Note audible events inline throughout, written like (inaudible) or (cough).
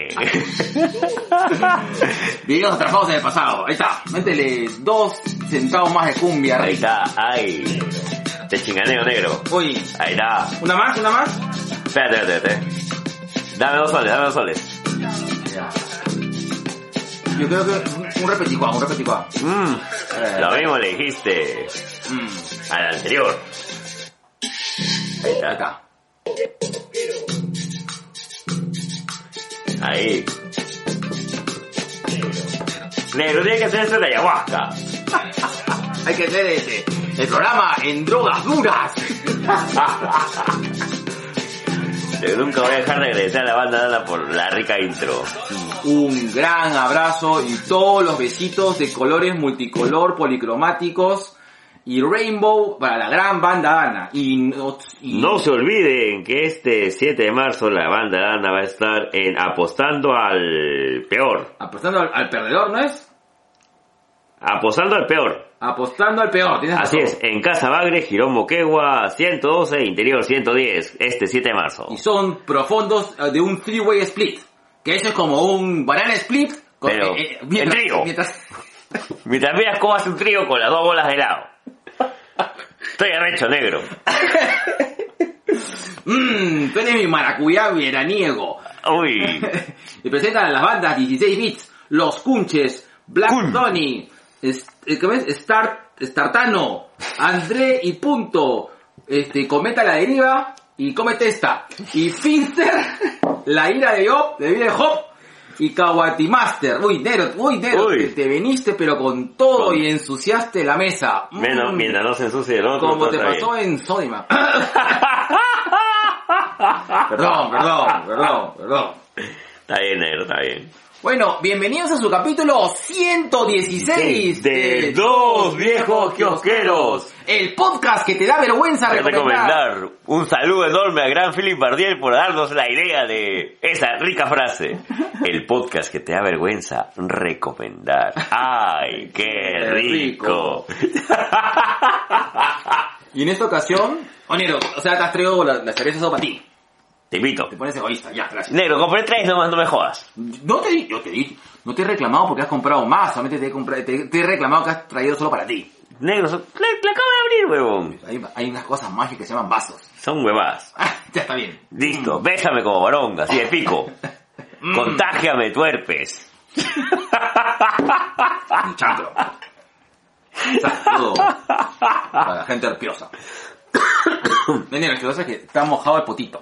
(laughs) Videos atrapados en el pasado. Ahí está. Métele dos centavos más de cumbia. Ahí está, ay. Te chinganeo negro. Uy. Ahí está. ¿Una más? ¿Una más? Espérate, espérate, espérate. Dame dos soles, dame dos soles. Ya. Yo creo que un repeticuá, un repeticuá. Mm, Eh, lo mismo le dijiste mm, al anterior. Ahí ahí está. está. Ahí. Negro, tiene que hacer esto de ayahuasca. Hay que hacer este, el programa en drogas duras. (laughs) Yo nunca voy a dejar de agradecer a la banda Dala por la rica intro. Un gran abrazo y todos los besitos de colores multicolor, policromáticos y rainbow para la gran banda Ana. Y, no- y- No se olviden que este 7 de marzo la banda Dana va a estar en apostando al peor. apostando al, al perdedor, ¿no es? Apostando al peor. Apostando al peor, tienes Así razón. es, en Casa Bagre, Girón Moquegua, 112, Interior 110, este 7 de marzo. Y son profundos eh, de un three-way split. Que eso es como un banana split. con- eh, Pero, en mientras, trío. mientras- Mientras miras cómo hace un trío con las dos bolas de helado. Estoy arrecho negro. Mmm, tú eres mi maracuyá veraniego. Uy, (laughs) Y presentan a las bandas 16 bits, Los Cunches, Black Tony, es- eh, ¿cómo es? Star, Startano, André y Punto, este, Cometa la Deriva y Comete esta. Y Finster, (laughs) La Ira de Job, de Vida Hop y Kawatimaster. Uy, Nero, uy, Nero, Uy. te- te viniste pero con todo Con- y ensuciaste la mesa. Mm, menos, mientras no se ensucie el otro. Como todo te está pasó en (laughs) Sodima. perdón, perdón, perdón, perdón. bien. Está bien, negro, está bien. Bueno, bienvenidos a su capítulo 116 De dos viejos kiosqueros. El podcast que te da vergüenza Quiero recomendar. recomendar un saludo enorme a gran Philip Bardiel por darnos la idea de esa rica frase. El podcast que te da vergüenza (laughs) recomendar. ¡Ay, qué rico! Y en esta ocasión, Onero, o sea, te has traído la, la cerveza solo para ti. Te invito. Te pones egoísta, ya, gracias. Negro, compré tres nomás, no me jodas. No te di, yo te di, no te he reclamado porque has comprado más, solamente te he, compra- te, te he reclamado que has traído solo para ti. Negro, son- la, la acabo de abrir, huevón. Hay, hay unas cosas mágicas que se llaman vasos. (laughs) Son huevadas. Ah, ya está bien. Mm. Listo, bésame como varón, así de pico. (laughs) Contágiame, tuerpes. Un chancro. Saludo para la gente arpiosa. (coughs) Venga, lo que pasa es que está mojado el potito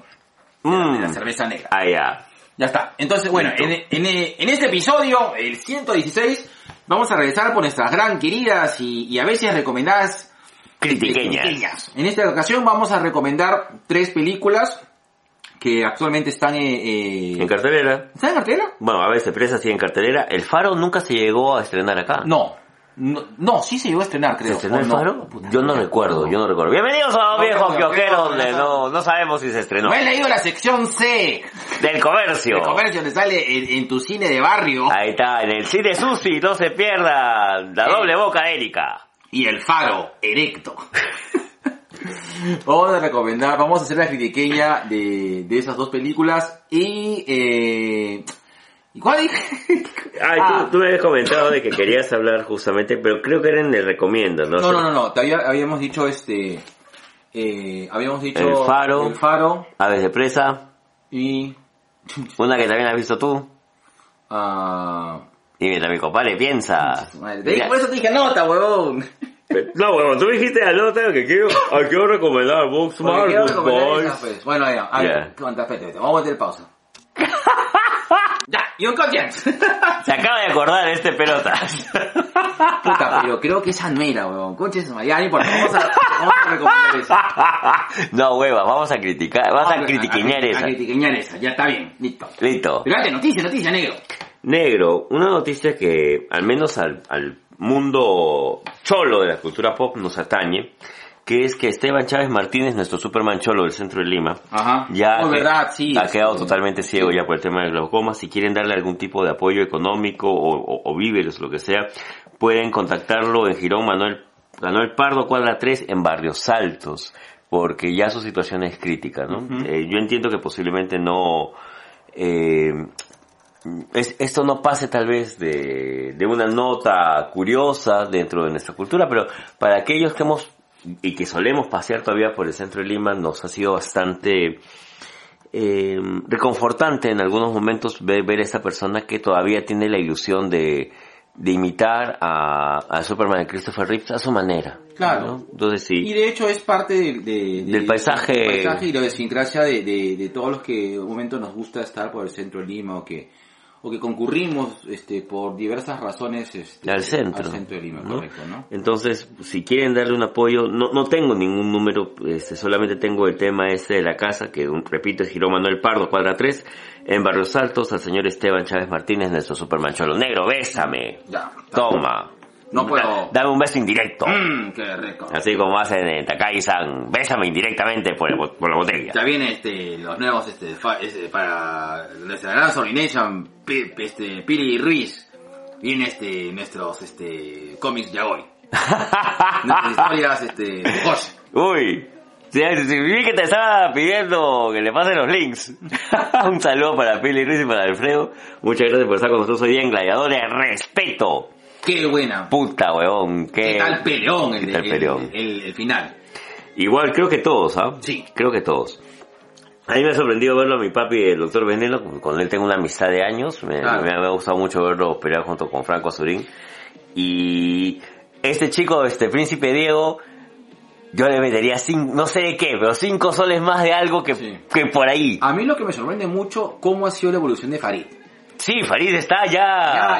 de Mm. la cerveza negra. Ah, ya. Ya está. Entonces, bueno, en, en- en este episodio, el 116, vamos a regresar por nuestras gran queridas y, y a veces recomendadas Critiqueñas. pequeñas. En esta ocasión vamos a recomendar tres películas que actualmente están eh, eh, En cartelera. ¿Están en cartelera? Bueno, a veces presa sí en cartelera. El Faro nunca se llegó a estrenar acá. No. no. no, sí se llegó a estrenar, Ah. ¿Se creo. estrenó ¿O el no? Faro? Puta, Yo no recuerdo, yo no recuerdo. Bienvenidos a los No, viejos no, no, quioqueros no, no, donde no, no, no sabemos si se estrenó. No he leído la sección C. Del comercio. El comercio te sale en, en tu cine de barrio. Ahí está, en el cine Susi, no se pierda la Sí. doble boca de Erika. Y el faro, erecto. (laughs) vamos a recomendar, vamos a hacer la critiqueña de, de esas dos películas. Y, eh... ¿Y cuál dije? Ay, Ah, tú, me habías comentado de que querías hablar justamente, pero creo que era en el recomiendo, ¿no? No, no, no, no. Te había- habíamos dicho este... Eh, habíamos dicho... El Faro. El faro. A veces presa, Y... una que también has visto tú. ah, Y mientras mi compadre piensa. Eh, madre, te dije- por eso te dije nota, huevón. No, bueno, tú dijiste a Lota que quiero, a quiero recomendar Books, Porque quiero recomendar esas, pues. Bueno, ya, a Ya. ver, cuánta espérate, espérate, vamos a meter (laughs) pausa. ya, y un conscience. Se acaba de acordar este pelota. (laughs) Puta, pero creo que esa no era, weón. Conches, ya, ni por vamos a, vamos a recomendar eso. no, hueva, vamos a criticar, vas a Ah, a- critiquiñar a- esa. A critiquiñar esa, ya está bien, listo. Listo. Pero antes, noticia, noticia, negro. Negro, una noticia que al menos al, al mundo cholo de la cultura pop nos atañe, que es que Esteban Chávez Martínez, nuestro Superman cholo del centro de Lima, Ajá. ya No, que- Oh, verdad, sí. ha quedado Sí. totalmente ciego ya por el tema del glaucoma. Si quieren darle algún tipo de apoyo económico o, o- o víveres, lo que sea, pueden contactarlo en Girón Manuel, Manuel Pardo, cuadra 3, en Barrios Altos, porque ya su situación es crítica, ¿no? Eh, yo entiendo que posiblemente no... eh, es- esto no pase tal vez de, de una nota curiosa dentro de nuestra cultura, pero para aquellos que hemos y que solemos pasear todavía por el centro de Lima, nos ha sido bastante eh, reconfortante en algunos momentos ver, ver a esta persona que todavía tiene la ilusión de, de imitar a, a Superman de Christopher Reeves a su manera. Claro. ¿no? Entonces sí. Y de hecho es parte de- de- de- Del paisaje. del paisaje y la idiosincrasia de, de, de todos los que de momento nos gusta estar por el centro de Lima o que, o que concurrimos este, por diversas razones este, al centro. al centro de Lima, ¿no? correcto, ¿no? Entonces, si quieren darle un apoyo, no, no tengo ningún número, este, solamente tengo el tema este de la casa, que un- repito es Girón Manuel Pardo, cuadra 3, en Barrios Altos, al señor Esteban Chávez Martínez, nuestro Superman Cholo Negro, bésame, Ya. toma, No puedo. Da- dame un beso indirecto, Mm, qué rico. así como hacen en Takagi-san, bésame indirectamente por, el bo- por la botella. Ya vienen este, los nuevos este, fa- este, para nuestra gran Solination, Pi- este, Piri Ruiz. Y este, nuestros este, cómics Yaoi. (laughs) nuestras historias este, de Gosh. Uy, sí, sí, vi que te estaba pidiendo que le pasen los links. (laughs) Un saludo para Pili Ruiz y para Alfredo. Muchas gracias por estar con nosotros hoy día en Gladiadores. Respeto. Qué buena. Puta, weón. ¿Qué Qué... tal peleón el, Eh, qué tal el- peleón. el- el final? Igual, creo que todos, ¿ah? Sí. Creo que todos. A mí me ha sorprendido verlo a mi papi, el doctor Veneno, con- con él tengo una amistad de años. Me, Claro. me ha gustado mucho verlo pelear junto con Franco Azurín. Y este chico, este príncipe Diego, yo le metería cinco, no sé de qué, pero cinco soles más de algo que, Sí. Ah. que por ahí. A mí lo que me sorprende mucho, cómo ha sido la evolución de Farid. Sí, Farid está ya.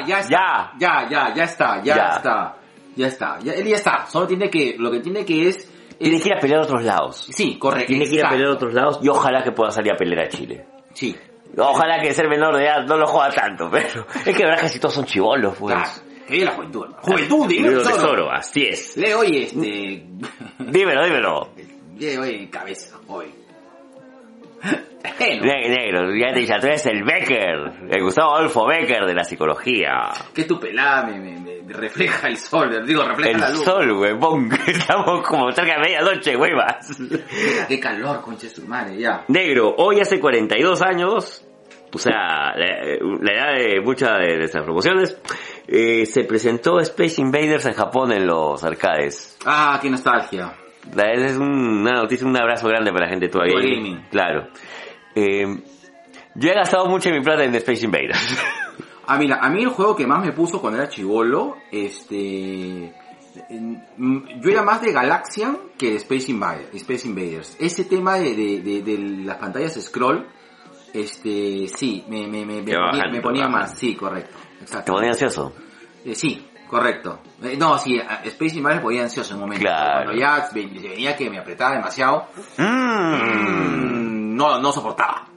ya, ya está. Ya, ya, ya está, ya, Ah, Ya. está. Ya está. Ya, él ya está. Solo tiene que, lo que tiene que es... Tiene que ir a pelear a otros lados. Sí, correcto. Tiene que ir a exacto. pelear a otros lados y ojalá que pueda salir a pelear a Chile. Sí. Ojalá que ser menor de edad no lo juega tanto, pero es que la verdad es que si todos son chivolos, pues. Claro. Que vive la juventud. hermano. Juventud, Dinero dinero, de tesoro. tesoro, así es. Le oye, este... (laughs) Dímelo, dímelo. Le oye, cabeza, hoy. (laughs) Bueno, Ne- Negro, ya te dije, tú eres el Becker, el Gustavo Adolfo Becker de la psicología. que tu pelada me, me- me refleja el sol, digo, refleja El la luz. sol, huevón, (laughs) que estamos como cerca de medianoche, huevas. Qué calor, conche su madre, ya. Negro, hoy hace 42 años, o sea, la, la edad de muchas de nuestras promociones, eh, se presentó Space Invaders en Japón en los arcades. Ah, qué nostalgia. La- esa es un- una noticia, un abrazo grande para la gente todavía. Todo gaming. Claro. Eh, yo he gastado mucho de mi plata en Space Invaders. (laughs) Ah, mira, a mí el juego que más me puso cuando era chivolo, este... mm, Yo era más de Galaxian que de Space, Invader- Space Invaders. Ese tema de, de- de- de las pantallas scroll, este, sí, me, me, me, me Te ponía, bajan, me te ponía bajan. más, sí, correcto. ¿Te Exacto. ponía ansioso? Eh, sí, correcto. Eh, no, sí, a- Space Invaders podía ansioso en un momento. Claro. Cuando ya ve- veía que me apretaba demasiado, Mm. mm, no, no (laughs) soportaba.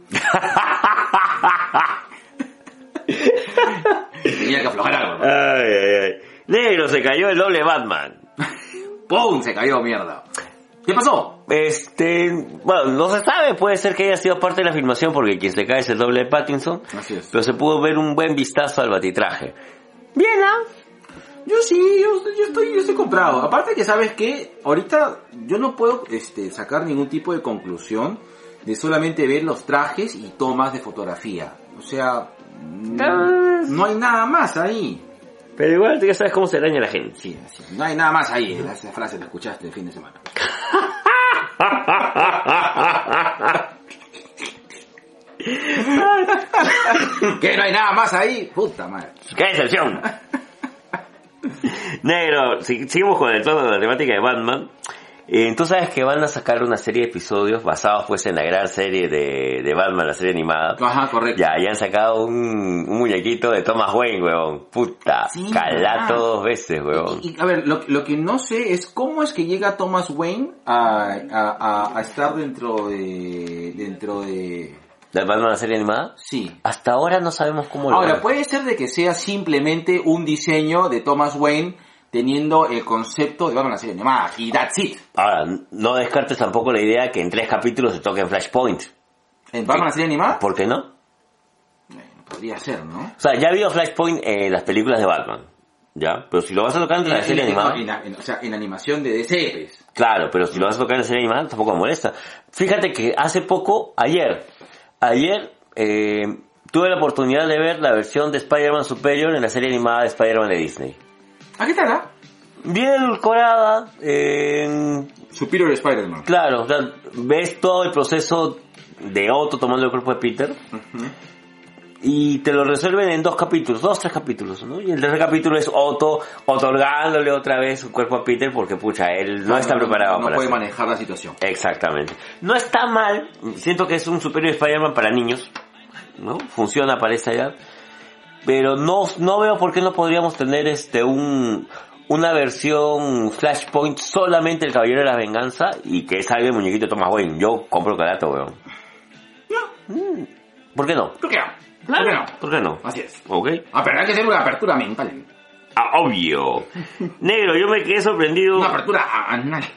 Tenía que aflojar algo. ¿no? Ay, ay, ay. Negro, se cayó el doble Batman. ¡Pum! Se cayó mierda. ¿Qué pasó? Este, bueno, no se sabe, puede ser que haya sido parte de la filmación porque quien se cae es el doble de Pattinson, Así es. pero se pudo ver un buen vistazo al batitraje. Bien, ¿ah? Yo sí, yo, yo estoy, yo estoy comprado. Aparte que sabes que ahorita yo no puedo este, sacar ningún tipo de conclusión de solamente ver los trajes y tomas de fotografía. O sea, no, no hay nada más ahí. Pero igual tú ya sabes cómo se daña la gente. Sí, así. No hay nada más ahí. ¿eh? Esa frase la escuchaste el fin de (laughs) semana. que no hay nada más ahí. Puta madre. ¡Qué decepción! (laughs) Negro, si- seguimos con el tono de la temática de Batman. Eh, Tú sabes que van a sacar una serie de episodios basados pues en la gran serie de, de Batman, la serie animada. Ajá, correcto. Ya, ya han sacado un, un muñequito de Thomas Wayne, weón. Puta, Sí, calato ¿verdad? dos veces, weón. Y, y, a ver, lo, lo que no sé es cómo es que llega Thomas Wayne a, a- a- a estar dentro de... dentro de... ¿La Batman la serie animada? Sí. Hasta ahora no sabemos cómo lo van Ahora, pues. a- puede ser de que sea simplemente un diseño de Thomas Wayne teniendo el concepto de Batman la serie animada y that's it. Ahora, no descartes tampoco la idea que en tres capítulos se toque Flashpoint. ¿En Batman la serie animada? ¿Por qué no? Bueno, podría ser, ¿no? O sea, ya ha habido Flashpoint en las películas de Batman. ¿Ya? Pero si lo vas a tocar en la serie animada... en la- en- o sea, en la animación de DC. pues. Claro, pero si lo vas a tocar en la serie animada tampoco me molesta. Fíjate que hace poco, ayer, ayer eh, Tuve la oportunidad de ver la versión de Spider-Man Superior en la serie animada de Spider-Man de Disney. ¿A qué tal, ah? Bien edulcorada, eh, Superior Spider-Man. claro, o sea, ves todo el proceso de Otto tomando el cuerpo de Peter y te lo resuelven en dos capítulos, dos, tres capítulos, ¿no? Y el tercer capítulo es Otto otorgándole otra vez su cuerpo a Peter porque, pucha, él no, está preparado Ah, No para puede hacerlo. manejar la situación. Exactamente. No está mal. Siento que es un superior Spider-Man para niños. ¿No? Funciona para esa edad. Pero no, no veo por qué no podríamos tener este un, una versión Flashpoint solamente el Caballero de la Venganza y que salga el muñequito de Thomas Wayne. Yo compro carato, weón. Mm. No, ¿Por qué no? creo que no. Claro que no. ¿Por qué no? Así es. ¿Ok? Ah, pero hay que hacer una apertura mental. Ah, obvio. Negro, yo me quedé sorprendido. Una apertura a- anal. (laughs)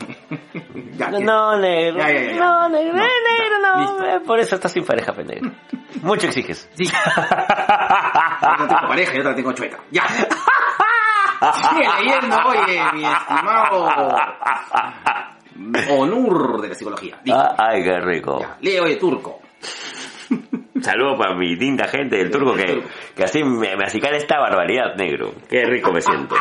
Ya, No, ya. no, negro. Ya, ya, ya. No, negro, No, eh, ya, negro, no. listo. eh, Por eso estás sin pareja, pe, (laughs) negro. Mucho exiges. Sí. Yo no tengo pareja, yo la tengo chueca. Ya. Sigue leyendo, oye, mi estimado Onur de la psicología. Listo. Ah, ay, qué rico. Ya. Lee, oye, turco. Saludos para mi linda gente del turco que, que así me, me acicala esta barbaridad, negro. Qué rico me (laughs) siento.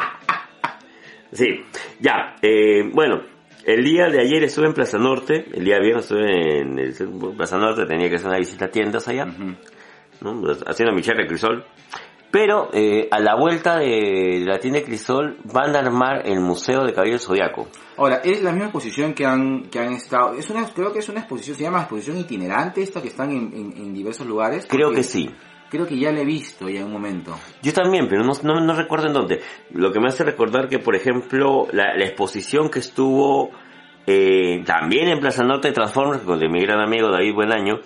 Sí, ya. eh, bueno, el día de ayer estuve en Plaza Norte. El día viernes estuve en el centro- Plaza Norte. Tenía que hacer una visita a tiendas allá. ¿no? haciendo mi charla de crisol. Pero eh, a la vuelta de la tienda de crisol van a armar el Museo de Cabello Zodiaco. Ahora, es la misma exposición que han, que han estado. Es una, creo que es una exposición, se llama exposición itinerante, esta que están en, en- en diversos lugares. Creo Porque que sí. Creo que ya la he visto ya en un momento. Yo también, pero no, no, no recuerdo en dónde. Lo que me hace recordar que, por ejemplo, la, la exposición que estuvo eh, también en Plaza Norte de Transformers, con de mi gran amigo David Buenaño,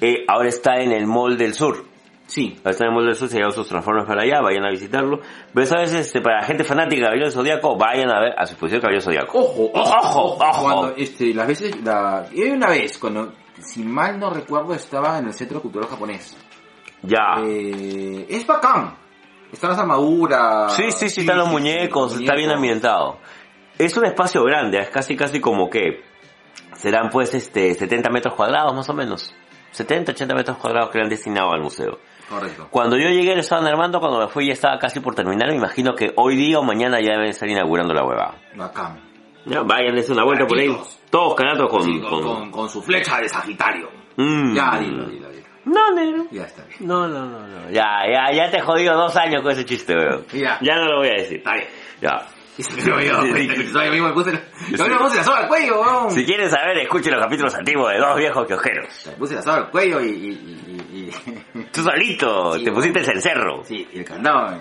eh, ahora está en el Mall del Sur. Sí. Ahora está en el Mall del Sur, se llevan sus Transformers para allá, vayan a visitarlo. Pero esa vez, este, para gente fanática de Caballero del Zodíaco, vayan a ver a su exposición de Caballero del Zodíaco. Ojo, ojo, Ojo, ojo. Cuando, este, las veces, la, eh, una vez, cuando, si mal no recuerdo, estaba en el Centro Cultural Japonés. Ya. Eh, es bacán. Están las armaduras. Sí, sí, Ah, sí, están los sí, muñecos, los está bien muñecos. ambientado. Es un espacio grande, es casi casi como que serán pues este 70 metros cuadrados más o menos. 70, 80 metros cuadrados que le han destinado al museo. Correcto. Cuando yo llegué lo estaban armando, cuando me fui ya estaba casi por terminar, me imagino que hoy día o mañana ya deben estar inaugurando la hueva. Bacán. Ya, vayan, dense una vuelta por ahí. Gatitos. Todos canatos con... Sí, con, Mm, con- con- con su flecha de Sagitario. Mm. Ya, dilo, dilo, dilo. No, negro. Ya está bien. No, no, no, no. Ya, ya, ya te he jodido dos años con ese chiste, weón. Ya. Ya no lo voy a decir. Está bien. Ya. Y se me olvidó, güey, que soy yo mismo me puse la- yo mismo me puse la soga al cuello, weón. Si quieren saber, escuchen los capítulos antiguos de dos viejos queojeros. Me puse la soga al cuello y... y, y- (laughs) y- y- Tú solito, Sí, te bueno. pusiste el cencerro. sí, y el candado. eh.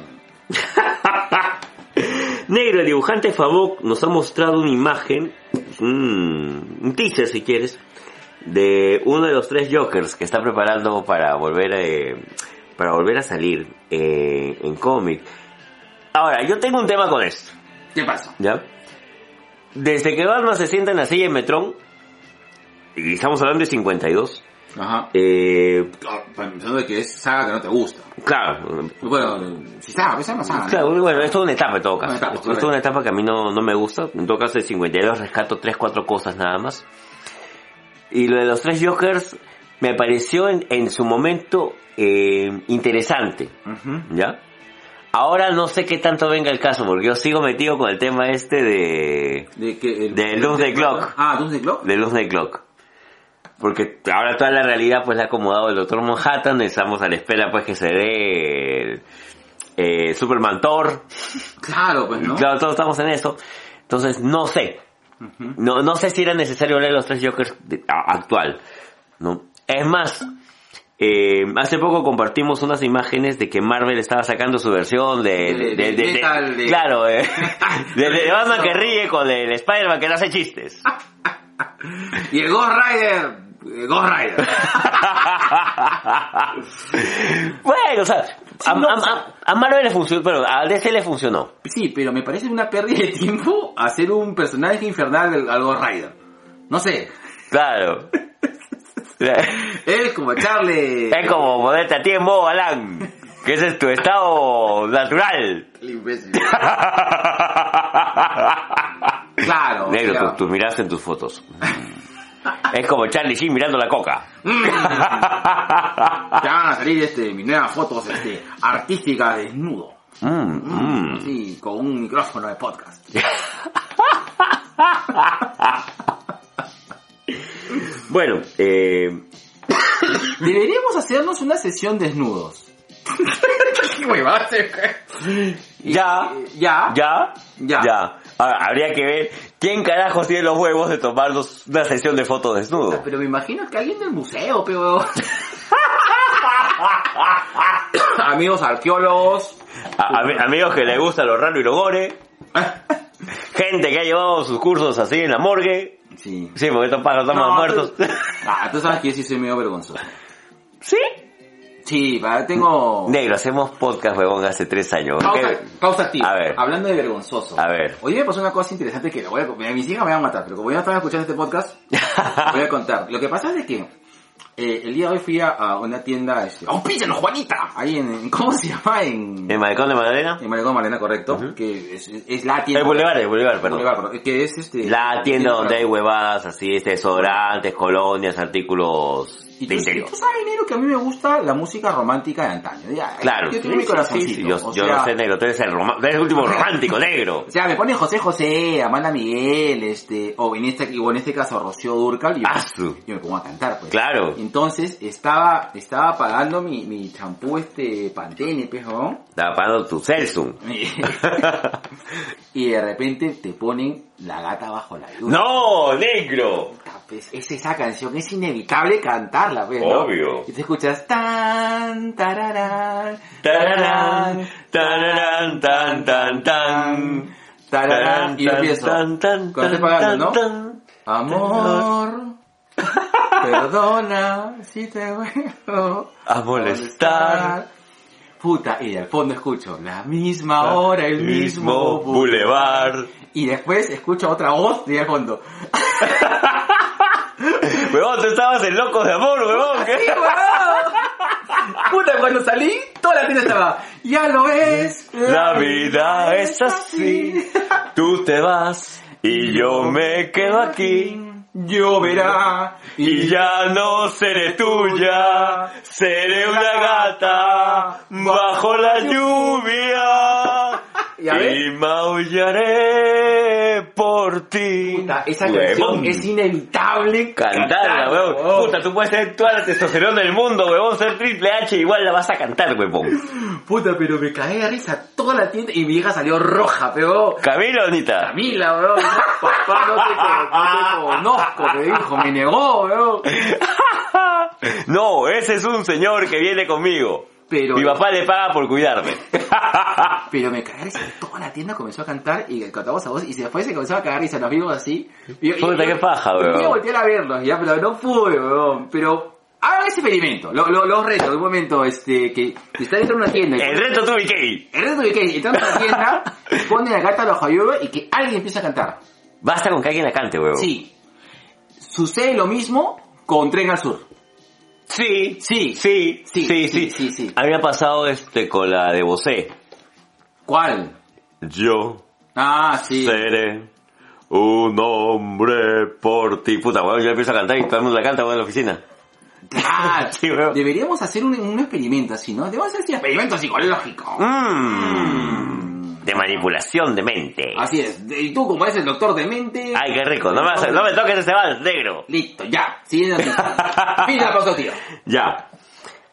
Negro, el dibujante Fabok nos ha mostrado una imagen, pues, un, un teaser si quieres, de uno de los tres Jokers que está preparando para volver a, eh, para volver a salir eh, en cómic. Ahora, yo tengo un tema con esto, ¿Qué pasa? ¿ya? Desde que Batman se sienta en la silla en Metrón, y estamos hablando de 52, Ajá. eh, Ah, Pensando de que es saga que no te gusta. claro, Bueno, si saga, pues es una saga. ¿no? Claro, bueno, esto es una etapa en todo caso. Una etapa, esto, esto es una etapa que a mí no, no me gusta. En todo caso, de 52 rescato 3, 4 cosas nada más. Y lo de los tres Jokers me pareció en, en su momento eh, interesante, Ujú. ¿ya? Ahora no sé qué tanto venga el caso, porque yo sigo metido con el tema este de, De que el... Del Doomsday Clock. Ah, Doomsday Clock. de los Night Clock. Porque ahora toda la realidad pues la ha acomodado el doctor Manhattan, estamos a la espera pues que se dé el- eh, Superman Thor, Claro, pues, ¿no? Claro, todos estamos en eso. Entonces, no sé. Ujú. No, no sé si era necesario leer los tres Jokers de- a- actual. ¿no? Es más, eh, hace poco compartimos unas imágenes de que Marvel estaba sacando su versión de... De- de metal, de- (laughs) Claro, eh, de, de Eso. Batman que ríe con el Spider-Man que no hace chistes. Y el Ghost Rider... eh, Ghost (laughs) Rider. bueno, o sea, a, a- a- a Marvel le funcionó, pero a DC le funcionó. Sí, pero me parece una pérdida de tiempo hacer un personaje infernal del- al Ghost Rider. No sé. Claro. Él es como echarle... Es como ponerte a ti en modo Alan, que ese es tu estado natural. El (laughs) imbécil. Claro. o Negro, sea, (laughs) tú, tú miraste en tus fotos. Es como Charlie Sheen mirando la coca. Mm. Te van a salir este, mis nuevas fotos este, artísticas desnudo. Mm, mm. Sí, con un micrófono de podcast. Bueno, eh, Deberíamos hacernos una sesión desnudos. (laughs) ¿Qué huevada, eh? Ya. Eh, ya. ya, Ya. Ahora, habría que ver quién carajos tiene los huevos de tomarnos una sesión de fotos desnudo. Pero me imagino que alguien del museo, (laughs) pero... (laughs) Amigos arqueólogos. A- ami- amigos que les gusta lo raro y lo gore. Ah. Gente que ha llevado sus cursos así en la morgue. Sí. Sí, porque estos pájaros están más muertos. tú- (laughs) Ah, tú sabes que yo sí soy medio vergonzoso. (laughs) ¿Sí? Sí, para, tengo... Negro, hacemos podcast, huevón, hace tres años. Pausa, ¿Qué? pausa activa. A ver. Hablando de vergonzoso. A ver. Hoy me pasó una cosa interesante que la voy a... mira, Mis hijas me van a matar, pero como ya no están escuchando este (laughs) podcast, voy a contar. Lo que pasa es de que eh, el día de hoy fui a, a una tienda... Este, ¡A un píllanos, Juanita! Ahí en... en- ¿Cómo se llama? En... ¿El malecón de Madalena? En Malecón Marena, correcto. Ujú. Que es, es la tienda... El boulevard, el boulevard, perdón. Boulevard, perdón, Que es este... La tienda donde hay huevadas así, este, desodorantes, colonias, artículos Y de tú, interior. y tú sabes, negro, que a mí me gusta la música romántica de antaño. Ya, Claro, Yo tengo sí, mi sí, corazoncito. sí, sí, yo, o yo sea, no sé negro, tú eres el, roma- tú eres (laughs) el último romántico negro. O sea, me pone José José, Amanda Miguel, este, o en este, o en este caso Rocío Durcal, y yo, Ah, su. yo me pongo a cantar, pues. Claro. Entonces, estaba, estaba pagando mi, mi champú, este, Pantene, pues, ¿no? (laughs) Estaba pagando tu Celsius. y de repente te ponen la gata bajo la luz. ¡No, negro! Puta, pues, es esa canción, es inevitable cantarla, pues, ¿no? Obvio. Y te escuchas tan, tararán, Tararán, tararán, tan, tan, tan. tararán, y yo Tararán, empiezo. tan, tan, Cuando estés tan, pagando, tan, ¿no? tan. Amor, perdona si te vuelvo A molestar. Puta, y al fondo escucho la misma hora, el mismo bu- bulevar. Y después escucho otra voz de al fondo. Huevón, tú estabas en locos de amor, huevón. ¿qué? Puta, cuando salí, toda la gente estaba, ya lo es. La vida es así. Tú te vas y yo me quedo aquí. Lloverá Y ya no seré tuya, seré una gata bajo la lluvia. Ya ves. Y maullaré por ti. Puta, esa canción Huevón. es inevitable Oh, Cantarla, huevón. Puta, tú puedes ser toda la testosterona del mundo, huevón. Ser triple H, igual la vas a cantar, huevón. Puta, pero me caí de risa toda la tienda y mi hija salió roja, pero Camilo, Anita. Camila, weón, papá, no te, con- no te conozco, me dijo, me negó, weón. No, ese es un señor que viene conmigo. Pero- Mi papá le paga por cuidarme. Pero me caí de risa, toda la tienda comenzó a cantar y cantamos a voz y después se comenzó a cagar risa, nos vimos así. Y, y- Puta, y- qué paja, y weón. Yo volteé a verlos, ya, pero no pude, weón. Pero hagan ese experimento, lo, lo, los retos, de un momento, este, que si está dentro de una tienda y El reto tuve que El reto de que entran a la (laughs) tienda, ponen la gata bajo lluvia y que alguien empiece a cantar. Basta con que alguien la cante, huevón. Sí. Sucede lo mismo con Tren al Sur. Sí, Sí. sí, Sí, sí, sí. sí, sí, sí. A mí me ha pasado este con la de Bosé. ¿Cuál? Yo Ah, sí. seré un hombre por ti. Puta, weón, yo empiezo a cantar y todo el mundo la canta, weón, en la oficina. Claro. (laughs) Sí, weón. Ah, Deberíamos hacer un, un experimento así, ¿no? Debemos hacer así, experimento psicológico. Mmm. De manipulación de mente. Así es. Y tú, como eres el doctor de mente... Ay, qué rico. No me, vas a- no me toques ese vals, negro. Listo, ya. Siguiente (laughs) noticia. Fin de la pausa, tío. Ya.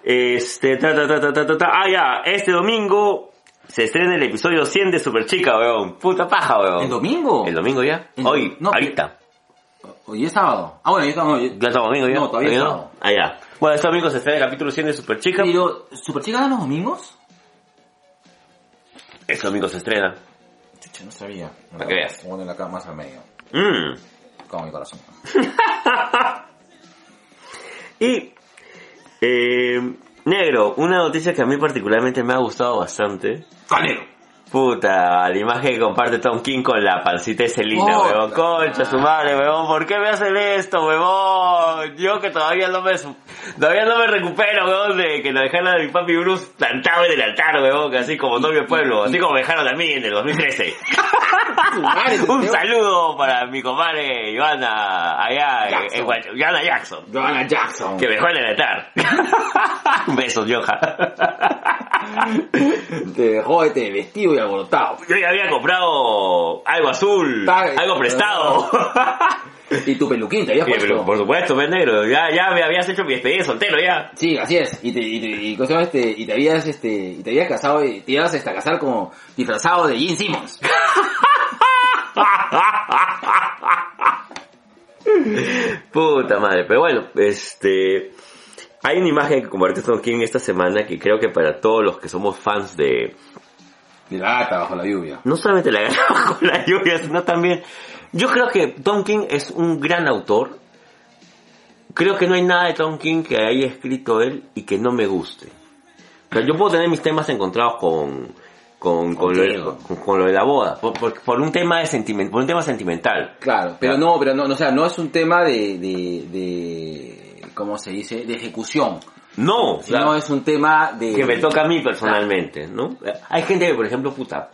Este, ta, ta, ta, ta, ta, ta, ta. Ah, ya. Este domingo se estrena el episodio 100 de Superchica, weón. Puta paja, weón. ¿El domingo? ¿El domingo ya? El dom- Hoy, no, ahorita. Hoy es sábado. Ah, bueno, yo estaba... No, yo- ¿Ya estamos domingo ya? No, todavía no. Ah, ya. Bueno, este domingo se estrena el capítulo 100 de Superchica. Pero, ¿Superchica da los domingos? Este domingo se estrena. Chucha, no sabía. Para que veas. Bueno, la cama más al medio. Mm. Como mi corazón. Y, eh, negro, una noticia que a mí particularmente me ha gustado bastante Calero. Puta, la imagen que comparte Tom King con la pancita de Celina, Puta. huevón. Concha, su madre, huevón. ¿Por qué me hacen esto, huevón? Yo que todavía no me, su- todavía no me recupero, huevón, de que lo dejaron a mi papi Bruce plantado en el altar, huevón, que así como novio pueblo, así como me dejaron a mí en el 2013. (laughs) Un saludo para mi compadre Joana, allá, en- Jackson. en Guacho- Johanna Jackson. Joanna Jackson. Que me dejó en el altar. (laughs) Besos, Johan. (laughs) Te dejó este vestido y alborotado. Yo ya había comprado algo azul, Tal- algo (laughs) prestado. Y tu peluquín te había Sí, pero puesto. por supuesto, pues negro, ya, ya me habías hecho mi despedida de soltero ya. Sí, así es. Y te, y te, y ¿cómo se llama este? Y te habías, este, y te habías casado, y te ibas hasta a casar como disfrazado de Gene Simmons. Puta madre, pero bueno, este... Hay una imagen que compartió Tom King esta semana que creo que para todos los que somos fans de... De la gata bajo la lluvia. No solamente la gana (laughs) bajo la lluvia, sino también... Yo creo que Tom King es un gran autor. Creo que no hay nada de Tom King que haya escrito él y que no me guste. O sea, yo puedo tener mis temas encontrados con con, con, lo, de, Contigo. con- con lo de la boda, por, por- por un tema de sentimen- por un tema sentimental. Claro, pero no, pero no, no, o sea, no es un tema de, de, de, ¿cómo se dice? De ejecución. No, o sea, Sino es un tema de... que me toca a mí personalmente, ¿no? Hay gente que, por ejemplo, puta,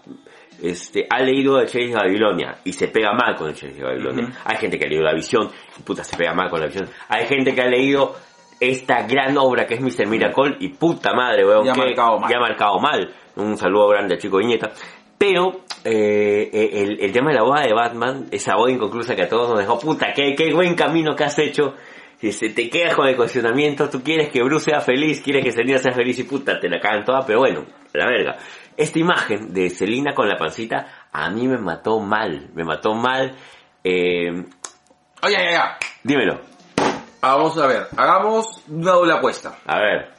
este, ha leído el Chase de Babilonia y se pega mal con el Chase de Babilonia. Ujú. Hay gente que ha leído La Visión y puta se pega mal con La Visión. Hay gente que ha leído esta gran obra que es Mr. Miracle y puta madre, weón, Ya ha que marcado mal. ya ha marcado mal. Un saludo grande a Chico Viñeta. Pero eh, el, el tema de la boda de Batman, esa boda inconclusa que a todos nos dejó, puta, qué, qué buen camino que has hecho. Si se te quedas con el cuestionamiento, tú quieres que Bruce sea feliz, quieres que Selina sea feliz y puta, te la cagan toda, pero bueno, a la verga. Esta imagen de Selina con la pancita a mí me mató mal, me mató mal. Eh, Oye, ya, ya. dímelo, Ah, vamos a ver, hagamos una doble apuesta. a ver,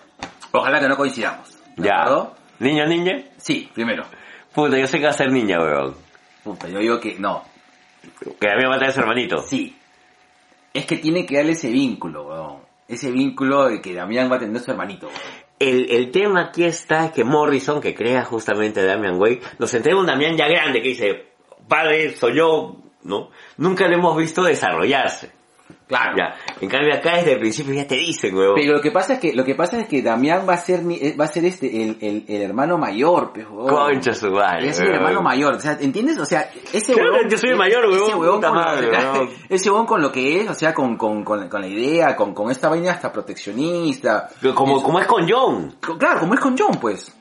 Ojalá que no coincidamos. ¿de ya. acuerdo? ¿Niño, niña? Sí, primero. Puta, yo sé que va a ser niña, weón. Puta, yo digo que no. Que a mí me mata ese hermanito. Sí. Es que tiene que darle ese vínculo, weón. Ese vínculo de que Damián va a tener su hermanito. weón. El, el tema aquí está que Morrison, que crea justamente a Damian Wayne, nos entrega un Damian ya grande que dice, padre, soy yo, ¿no? Nunca lo hemos visto desarrollarse. Claro. Ya. En cambio acá desde el principio ya te dicen, huevón. Pero lo que pasa es que lo que pasa es que Damián va a ser mi- eh, va a ser este el, el, el hermano mayor, pues, weón. Concha su madre. Es el huevón. hermano mayor, o sea, ¿entiendes? O sea, ese Claro, huevón- yo soy el mayor, huevón, Ese huevón, puta con, madre, o sea, huevón. (laughs) ese huevón con lo que es, o sea, con, con, con, con la idea, con, con esta vaina hasta proteccionista. Como, como es con John. Co- Claro, como es con John, pues.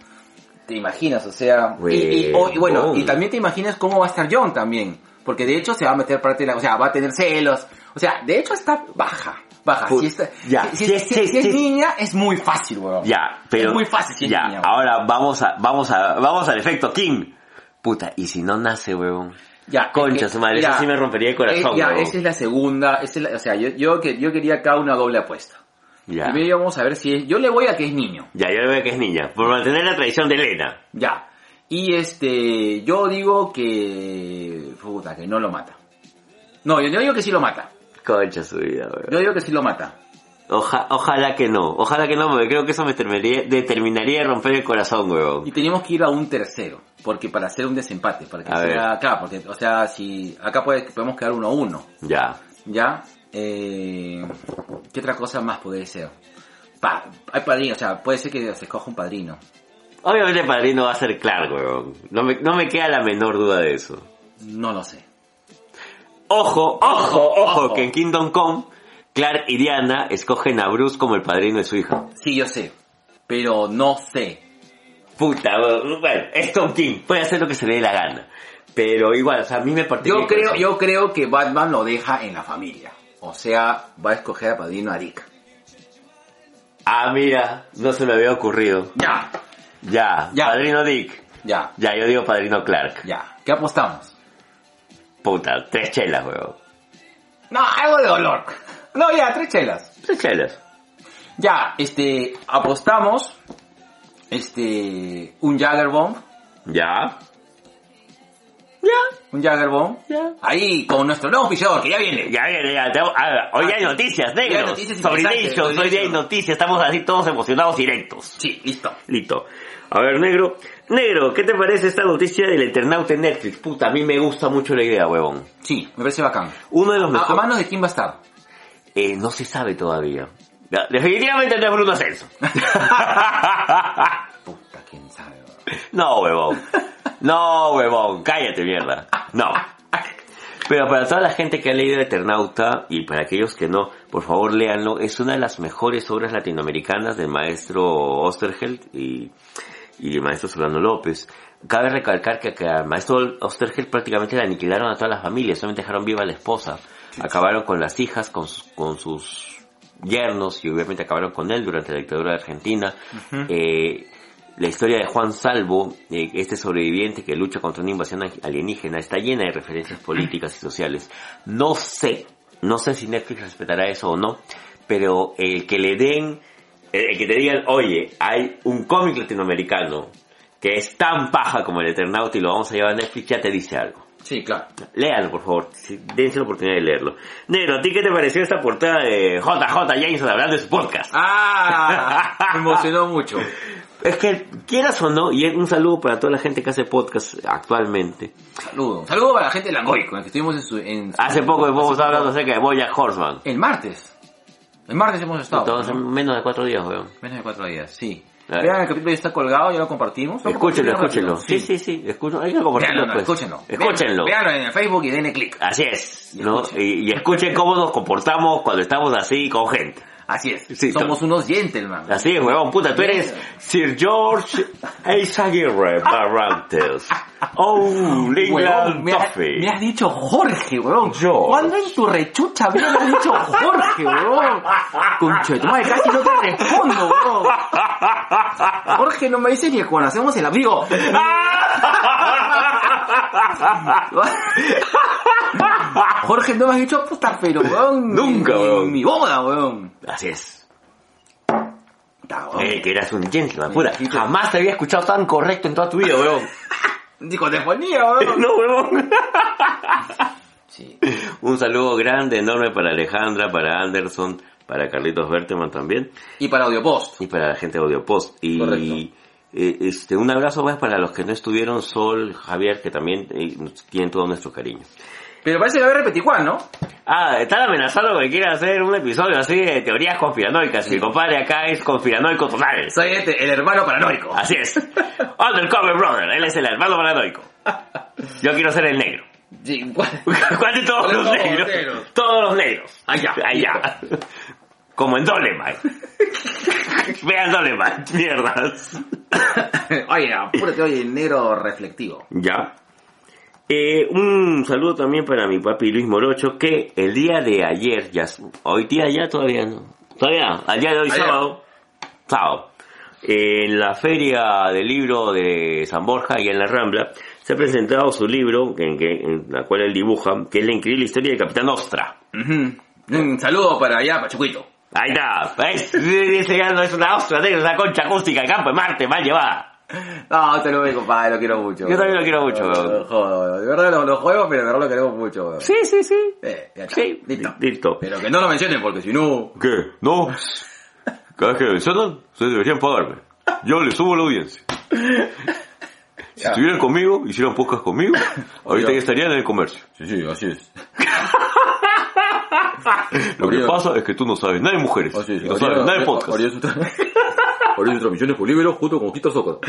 Te imaginas, o sea... Y, y- Huevón. o- y bueno, y también te imaginas cómo va a estar John también. Porque de hecho se va a meter parte de la... O sea, va a tener celos. O sea, de hecho está baja. Baja. Put- Si, está- ya, si- si- sí, si- sí, si es sí. niña, es muy fácil, weón. Ya, pero... Es muy fácil si es Ya, niña, huevón. ahora vamos a, vamos a, vamos al efecto King. Puta, y si no nace, huevón. Ya, Concha es que- su madre, eso sí me rompería el corazón, Eh, ya, huevón. esa es la segunda. esa es la- o sea, yo, yo, que- yo quería acá una doble apuesta. Ya. Primero vamos a ver si es... Yo le voy a que es niño. Ya, yo veo que es niña. Por mantener la tradición de Elena. Ya. Y este, yo digo que... Puta, que no lo mata. No, yo, yo digo que sí lo mata. Concha su vida, weón. Yo digo que sí lo mata. Oja- ojalá que no, ojalá que no, porque creo que eso me terminaría, determinaría de romper el corazón, Y weón. teníamos que ir a un tercero, porque para hacer un desempate, para que A sea acá, porque, o sea, si acá puede- podemos quedar uno a uno, Ya. ¿ya? Eh, ¿Qué otra cosa más podría ser? Pa- hay padrino, o sea, puede ser que se escoja un padrino. Obviamente el padrino va a ser Clark, weón. No me, no me queda la menor duda de eso. No lo sé. Ojo, ojo, Ojo, ojo, ojo. que en Kingdom Come, Clark y Diana escogen a Bruce como el padrino de su hija. Sí, yo sé, pero no sé. Puta, weón. Bueno, es Tom King, puede hacer lo que se le dé la gana. Pero igual, o sea, a mí me partió. Yo creo, yo creo que Batman lo deja en la familia. O sea, va a escoger a padrino Arica. Ah, mira, no se me había ocurrido. Ya, Ya, Ya. padrino Dick. ya, Ya, yo digo padrino Clark. ya. ¿Qué apostamos? Puta, tres chelas, weón. No, algo de dolor. No, ya, tres chelas. Tres chelas. Ya, este, apostamos, este, un Jaggerbomb, Ya. Ya, un Jaggerbomb, ya. ahí con nuestro nuevo oficiador que ya viene. Ya viene, ya. te- ah, hoy Ah, hay sí. noticias, hay negros. noticias Sobre interesantes, Nation, hoy sobre hay Nation. noticias. Estamos así todos emocionados y directos. Sí, listo. Listo. A ver, negro. Negro, ¿qué te parece esta noticia del internauta en Netflix? Puta, a mí me gusta mucho la idea, huevón. Sí, me parece bacán. Uno de los ¿A, a mejores... manos de quién va a estar? Eh, no se sabe todavía. Ya, Definitivamente no es Bruno Celso. Puta, quién sabe. bro. No, huevón. No, huevón. Cállate, mierda. No. Pero para toda la gente que ha leído Eternauta y para aquellos que no, por favor léanlo. Es una de las mejores obras latinoamericanas del maestro Osterheld y, y del maestro Solano López. Cabe recalcar que, que al maestro Osterheld prácticamente le aniquilaron a todas las familias, solamente dejaron viva a la esposa. Acabaron con las hijas, con sus, con sus yernos y obviamente acabaron con él durante la dictadura de Argentina. Eh, la historia de Juan Salvo, eh, este sobreviviente que lucha contra una invasión alienígena, está llena de referencias políticas y sociales. No sé, no sé si Netflix respetará eso o no, pero el que le den, el que te digan, oye, hay un cómic latinoamericano que es tan paja como el Eternauta y lo vamos a llevar a Netflix, ya te dice algo. Sí, claro. Léanlo, por favor. Sí, Dense la oportunidad de leerlo. Negro, ¿a ti qué te pareció esta portada de JJ Jameson hablando de su podcast? (laughs) ¡Ah! Me emocionó mucho. Es que quieras o no, y un saludo para toda la gente que hace podcast actualmente. Saludo. Saludo para la gente de Langoy, con la que estuvimos en su... En su- Hace poco hemos estado hablando acerca de Boya Horseman. El martes. El martes hemos estado. Entonces, ¿no? menos de cuatro días, weón. Menos de cuatro días, sí. Claro. Vean, el capítulo ya está colgado, ya lo compartimos. Lo Ah. Escúchenlo, compartimos escúchenlo. rápido, Sí, sí, sí, escúchenlo. Hay que compartirlo, Véanlo, no, pues. escúchenlo. Escúchenlo. Veanlo en el Facebook y denle click. Así es, ¿no? escuchen. Y, y escuchen cómo nos comportamos cuando estamos así con gente. Así es. Sí, Somos unos gentleman. Así es, weón, puta, tú eres Sir George Ace Aguirre Barrantes. Oh, Huevón, Lingland me, ha- Toffee. me has dicho Jorge, weón. Yo. ¿Cuándo en tu rechucha me has dicho Jorge, weón? Concho de tu madre, casi no te respondo, weón. Jorge no me dice ni cuando hacemos el (laughs) amigo. Jorge no me has dicho puta, pero weón. Nunca, en- weón. En mi boda, weón. Así es. Puta, weón. Eh, que eras un gentleman, pura. Sí, sí. Jamás te había escuchado tan correcto en toda tu vida, weón. Dijo, te ponía, weón. (laughs) No, weón. Sí. Un saludo grande, enorme para Alejandra, para Anderson, para Carlitos Berteman también Y para Audiopost. y para la gente de Audiopost. Y Correcto. eh, este, un abrazo más para los que no estuvieron, Sol, Javier, que también eh, tienen todo nuestro cariño. Pero parece que va a haber repeticuán, ¿no? Ah, están amenazando que quiera hacer un episodio así de teorías conspiranoicas. Mi compadre acá es conspiranoico total. Soy este, el hermano paranoico. Así (laughs) es. Undercover Brother, él es el hermano paranoico. Yo quiero ser el negro. (laughs) Sí, ¿cuál? ¿Cuál de todos los Todos negros? negros. Todos los negros. Allá. Allá. Como en (laughs) Dolemite. Vean Dolemite, mierdas. (coughs) oye, apúrate, oye, el negro reflectivo. Ya. Eh, un saludo también para mi papi Luis Morocho, que el día de ayer, ya, hoy día ya todavía no, todavía, al día de hoy Ayer. sábado, sábado, en la feria del libro de San Borja y en la Rambla, se ha presentado su libro, en, que, en la cual él dibuja, que es la increíble historia del Capitán Ostra. Ujú. Un saludo para allá, Pachuquito. Ahí está, ¿ves? (laughs) Ese ya no es una ostra, es una concha acústica de campo de Marte, mal llevada. No, te lo veo, compadre, lo quiero mucho. Yo también lo quiero mucho, Lo- weón. lo jodo, weón. De verdad lo, lo juego, pero de verdad lo queremos mucho, weón. Sí, sí, sí. Eh, ya está. Sí, listo. listo. Pero que no lo mencionen porque si no. ¿Qué? ¿No? Cada vez que me insultan, ustedes deberían pagarme. Yo les subo la audiencia. Si Ya. estuvieran conmigo, hicieran podcast conmigo, ahorita ya estarían en el comercio. Sí, sí, así es. Lo que Orión. pasa es que tú no sabes nada de mujeres, y no sabes nada de podcast. (laughs) Orión Transmisiones Polímero junto con Quito Zócalo.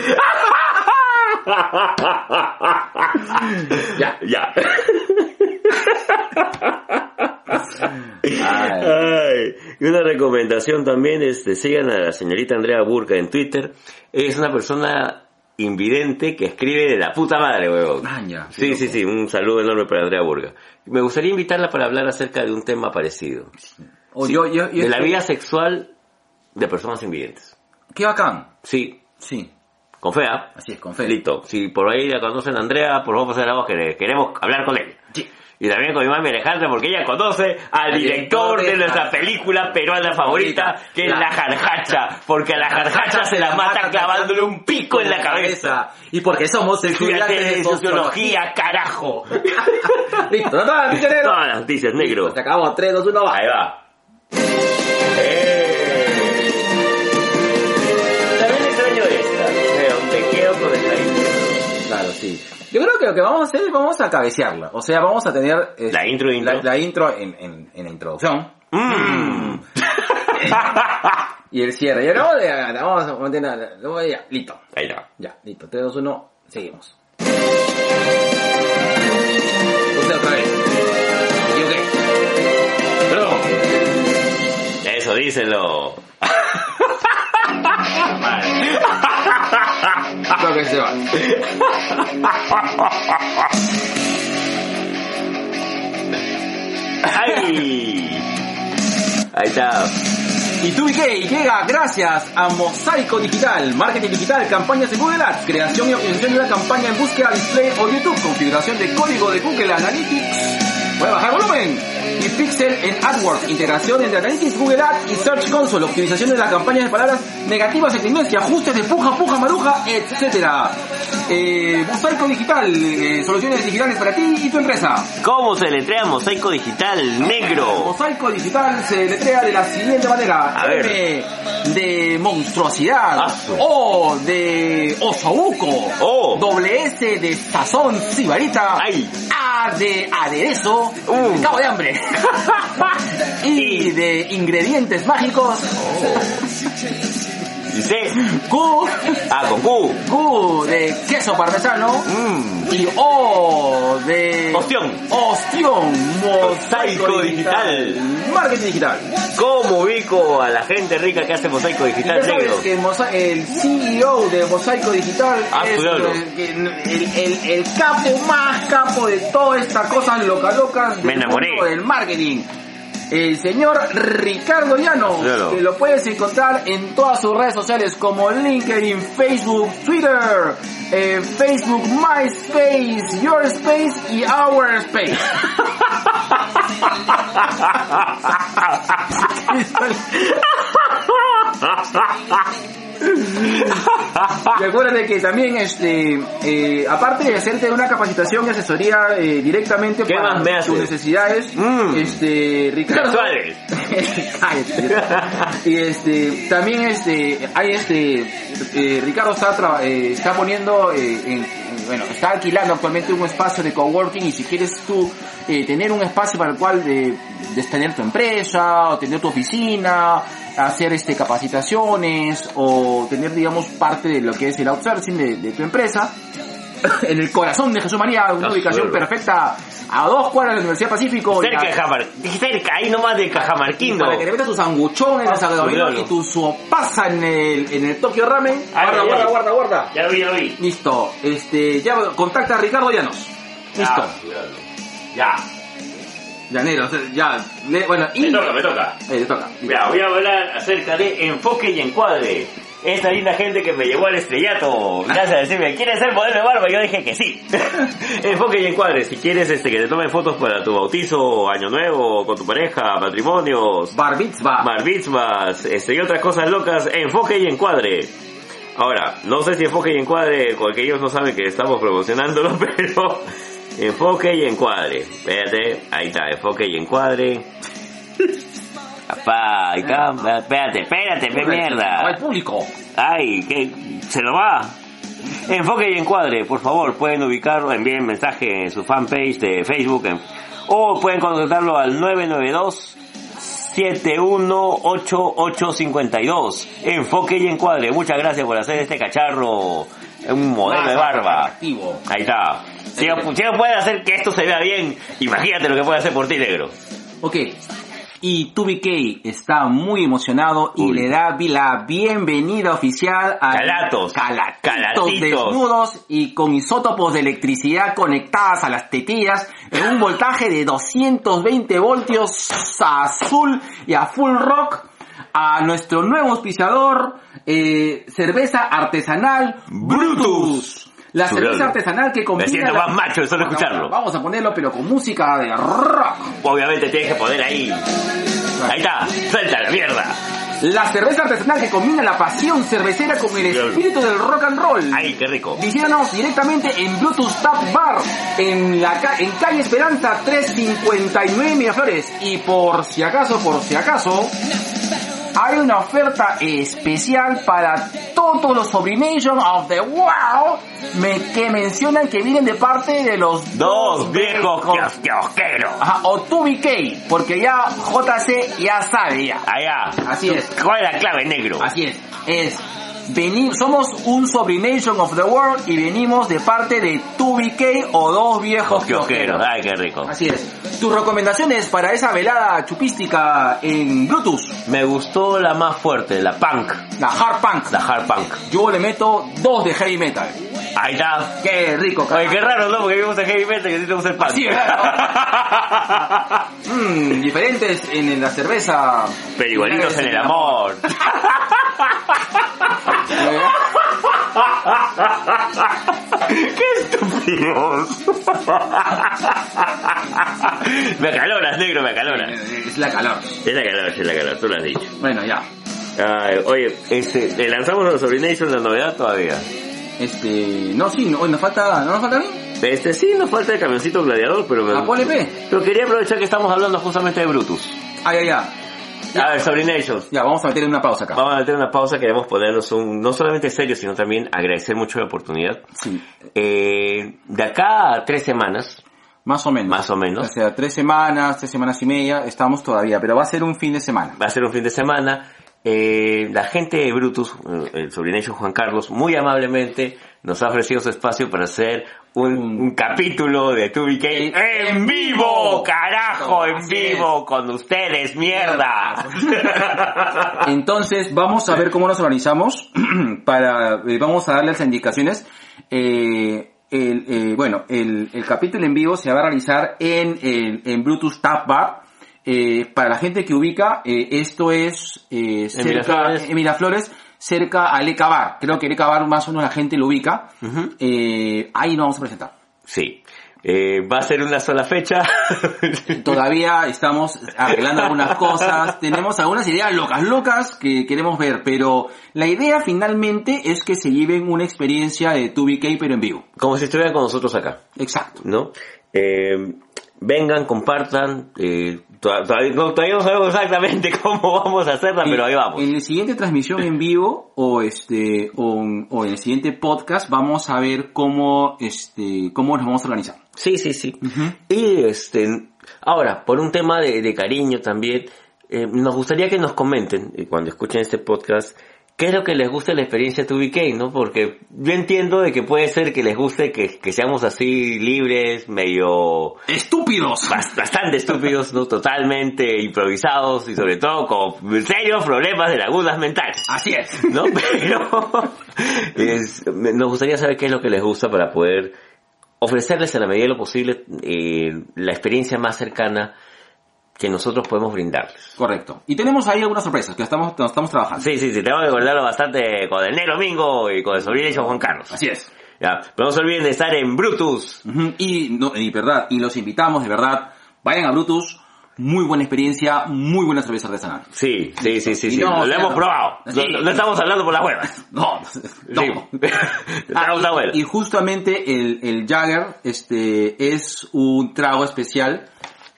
ya. Ya. Ay, Ay, y una recomendación también, este, sigan a la señorita Andrea Burka en Twitter. Es una persona invidente que escribe de la puta madre, huevón. maña. Sí, sí, sí, un saludo enorme para Andrea Burga. Me gustaría invitarla para hablar acerca de un tema parecido. Oh, yo, yo, yo- de la vida sexual de personas invidentes. Qué bacán. Sí, Sí, con fea. así es, con fe. Listo. Si por ahí la conocen a Andrea, por favor, pasen la voz que le- queremos hablar con él. Sí. Y también con mi mami Alejandra, porque ella conoce al Al director director de de nuestra la- película peruana favorita, que es la- La Jarjacha, porque a La Jarjacha se la mata clavándole un pico en la cabeza. Y porque somos Estudiantes de sociología. sociología, (laughs) carajo. Listo, no, no, dicho negro. Todas las noticias, negro. Listo, Se acabó, 3, 2, 1, va. Ahí va. Eh. También extraño esta. Veo, te otro detalle. Claro, sí. Yo creo que lo que vamos a hacer es vamos a cabecearla. O sea, vamos a tener eh, La intro, intro. la, la intro en, en- en la introducción Mm. (laughs) y el cierre. Y luego de, la vamos a mantener, luego ya, listo. Ahí está. Ya, listo. 3, 2, 1, seguimos. O sea, otra vez. ¿Y yo qué? Perdón. Eso, díselo. Creo que se va. ¡Ay! Ahí está. Y TubiK llega gracias a Mosaico Digital, marketing digital, campañas en Google Ads, creación y optimización de una campaña en búsqueda, display o YouTube, configuración de código de Google Analytics. Voy a bajar volumen. Y Pixel en AdWords, integración entre Analytics, Google Ads y Search Console, optimización de las campañas de palabras negativas en tendencia, ajustes de puja, puja, maruja, etcétera. Eh, Mosaico Digital, eh, soluciones digitales para ti y tu empresa. ¿Cómo se letrea mosaico digital negro? Mosaico digital se letrea de la siguiente manera. A ver. M de monstruosidad. Ah, su- O de osobuco. O. Doble S de sazón sibarita. Ay. A de aderezo. Uh. Me Cago de (laughs) hambre. y Y. de ingredientes mágicos. Y C. Q. Ah, con Q. Q de queso parmesano. Mm. Y O de... Ostión. Ostión. Mosaico digital. Marketing digital. ¿Cómo ubico a la gente rica que hace mosaico digital Ya sabes negro? que el, mosa- el CEO de Mosaico Digital Ah, es claro. eh, que el, el- el capo más capo de todas estas cosas loca locas del Me enamoré. mundo del marketing. El señor Ricardo Llano, Claro. que lo puedes encontrar en todas sus redes sociales como LinkedIn, Facebook, Twitter, eh, Facebook, MySpace, YourSpace y OurSpace. Ah, Y acuérdate que también, este, eh, aparte de hacerte una capacitación y asesoría eh, directamente ¿Qué para más me haces? tus necesidades, Mm. este, Ricardo. Sexuales. (laughs) Cállate. y este, también este, hay este, eh, Ricardo está, tra- eh, está poniendo, eh, en- en- bueno, está alquilando actualmente un espacio de coworking y si quieres tú eh, tener un espacio para el cual eh, tener tu empresa o tener tu oficina, hacer este capacitaciones o tener digamos parte de lo que es el outsourcing de, de tu empresa. (coughs) En el corazón de Jesús María, una Ah, ubicación claro. perfecta a dos cuadras de la Universidad Pacífico. y Cerca a- de Cajamarquín. Cerca, ahí nomás de Cajamarquín. para que le metas tu sanguchón en el salgadorino Ah, claro. Ah, y tu sopasa en el, en el Tokio Ramen. Ay, guarda, ay, guarda, ay. guarda, guarda. Ya lo vi, ya lo vi. Listo. Este, ya contacta a Ricardo Llanos. Listo. Ah, cuidado. Ya. Llanero, o sea, ya. le- bueno, y... Me toca, me toca. Eh, le toca. Mira, voy a hablar acerca de enfoque y encuadre. Esta linda gente que me llevó al estrellato. Gracias (laughs) a decirme, ¿quieres ser modelo de barba? Yo dije que sí. (laughs) enfoque y encuadre. Si quieres este, que te tomen fotos para tu bautizo, año nuevo, con tu pareja, matrimonios, Bar mitzvah. bar mitzvahs, este, y otras cosas locas, enfoque y encuadre. Ahora, no sé si enfoque y encuadre, porque ellos no saben que estamos promocionándolo, (laughs) pero enfoque y encuadre. Espérate, ahí está, enfoque y encuadre. Papá, ahí está. Espérate, espérate, qué No hay mierda. público. Ay, que se lo va. Enfoque y encuadre, por favor, pueden ubicarlo, envíen mensaje en su fanpage de Facebook en- o pueden contactarlo al 992 718852. Enfoque y encuadre. Muchas gracias por hacer este cacharro un modelo de barba. Activo. Ahí está. Si no, si no pueden hacer que esto se vea bien, imagínate lo que puede hacer por ti, negro. Ok. Y 2BK está muy emocionado y Uy. le da vi- la bienvenida oficial a Calatos. calatitos, Calatitos. desnudos y con isótopos de electricidad conectadas a las tetillas en un voltaje de 220 voltios a azul y a full rock a nuestro nuevo auspiciador eh, cerveza artesanal Brutus. La Chulalo. cerveza artesanal que combina... siento la- más macho de solo escucharlo. Vamos a ponerlo pero con música de rock. Obviamente tienes que poner ahí. Ahí está, suelta la mierda. La cerveza artesanal que combina la pasión cervecera con el Claro. espíritu del rock and roll. Ay, qué rico. Visítanos directamente en Bluetooth Tap Bar, en la ca- en calle Esperanza 359 Miraflores. Y por si acaso, por si acaso, hay una oferta especial para todos los Sublimation of the World me- que mencionan que vienen de parte de los Dos viejos becos. kiosqueros. Ajá, o Tubi K, porque ya JC ya sabe ya. Allá. Así es. ¿Cuál es la clave, negro? Así es, es veni- somos un Sobrination of the World y venimos de parte de 2BK o dos viejos Kiosqueros. kiosqueros. Ay, qué rico. Así es. Tus recomendaciones para esa velada chupística en Bluetooth, Me gustó la más fuerte, la punk. la hard punk. La hard punk. Yo le meto dos de heavy metal. Ahí está. Qué rico, Oye, carajo. qué raro, ¿no? Porque vimos el heavy metal y a ti te gusta el punk. Así es, claro. Mm, diferentes en, en la cerveza. (laughs) Pero igualitos en el (laughs) amor. Eh, Dios. (laughs) me acaloras, negro, me acaloras. Es la calor. Es la calor, es la calor, tú lo has dicho. Bueno, ya. Ay, oye, este, le lanzamos los Sobrination la novedad todavía. Este, no, sí, no, nos falta, ¿no nos falta a mí? Este, sí, nos falta el camioncito gladiador, pero... Ah, ponle, pe. Pero quería aprovechar que estamos hablando justamente de Brutus. Ah, ya, ya. A ver, Sobrination. Ya, vamos a meter una pausa acá. Vamos a meter una pausa, queremos ponernos un, no solamente serio, sino también agradecer mucho la oportunidad. Sí, Eh, de acá a tres semanas, más o menos. más o O menos, sea, tres semanas, tres semanas y media, estamos todavía, pero va a ser un fin de semana. va a ser un fin de semana. Eh, la gente de Brutus, eh, el sobrinello Juan Carlos, muy amablemente nos ha ofrecido su espacio para hacer un, un capítulo de 2BK Mm. en vivo, carajo, en Así es. vivo, con ustedes, mierda. Entonces, vamos a ver cómo nos organizamos (clears throat) para, eh, vamos a darle las indicaciones. Eh, el, eh, bueno, el, el capítulo en vivo se va a realizar en, el- en Bluetooth Tap Bar. Eh, para la gente que ubica, eh, esto es eh, cerca, Miraflores. en Miraflores, cerca al Ecabar. Creo que el Ecabar más o menos la gente lo ubica. Eh, ahí nos vamos a presentar. Sí, Eh, va a ser una sola fecha. (laughs) Todavía estamos arreglando algunas cosas, tenemos algunas ideas locas, locas que queremos ver, pero la idea finalmente es que se lleven una experiencia de 2BK pero en vivo. Como si estuvieran con nosotros acá. Exacto. ¿no? Eh, vengan, compartan. eh, to- todavía, no, todavía no sabemos exactamente (laughs) cómo vamos a hacerla, pero ahí vamos. En la siguiente transmisión en vivo o este o, o en el siguiente podcast vamos a ver cómo este cómo nos vamos a organizar. Sí, sí, sí. Y este, ahora, por un tema de, de cariño también, eh, nos gustaría que nos comenten, eh, cuando escuchen este podcast, qué es lo que les gusta de la experiencia 2BK, ¿no? Porque yo entiendo de que puede ser que les guste que, que seamos así libres, medio Estúpidos. bas- bastante estúpidos, ¿no? Totalmente improvisados y sobre todo con serios problemas de lagunas mentales. Así es. ¿no? (laughs) Pero es- me- nos gustaría saber qué es lo que les gusta para poder ofrecerles en la medida de lo posible eh, la experiencia más cercana que nosotros podemos brindarles. Correcto. Y tenemos ahí algunas sorpresas que estamos nos estamos trabajando. Sí, sí, sí, tengo que guardarlo bastante con el negro Mingo y con el sobrino y con Juan Carlos. Así es. Ya, pero no se olviden de estar en Brutus. Ujú, Y, no, y verdad, y los invitamos, de verdad, vayan a Brutus, muy buena experiencia, muy buena cerveza artesanal. Sí, sí, sí, sí, Y sí. no, lo o sea, hemos probado. sí. No, no estamos hablando por las huevas. No, (laughs) no. Sí. (laughs) Ah, Estamos a huevas. Y justamente el, el Jagger, este, es un trago especial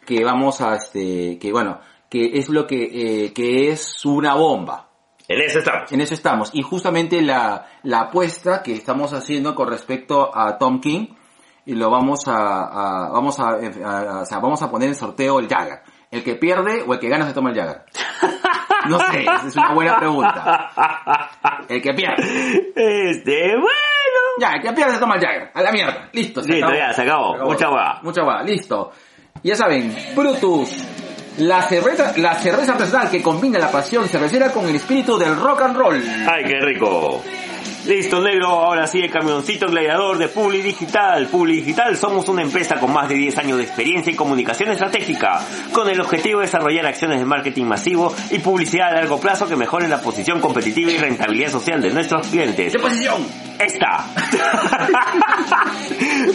que vamos a, este, que bueno, que es lo que, eh, que es una bomba. En eso estamos. En eso estamos. Y justamente la, la apuesta que estamos haciendo con respecto a Tom King, y lo vamos a, a- vamos a, eh, a- a- o sea, vamos a poner en sorteo el Jagger. El que pierde o el que gana se toma el (laughs) Jagger. No sé, esa es una buena pregunta. El que pierde. Este, bueno. Ya, el que pierde se toma el Jagger. A la mierda. Listo. Listo, ya, se acabó. Mucha hueva. Mucha hueá, listo. Ya saben, Brutus. La cerveza, la cerveza artesanal que combina la pasión cervecera con el espíritu del rock and roll. ¡Ay, qué rico! Listo, negro, ahora sí el camioncito gladiador de Publi Digital. Publi Digital somos una empresa con más de 10 años de experiencia en comunicación estratégica, con el objetivo de desarrollar acciones de marketing masivo y publicidad a largo plazo que mejoren la posición competitiva y rentabilidad social de nuestros clientes. ¡Qué posición! ¡Esta! (laughs)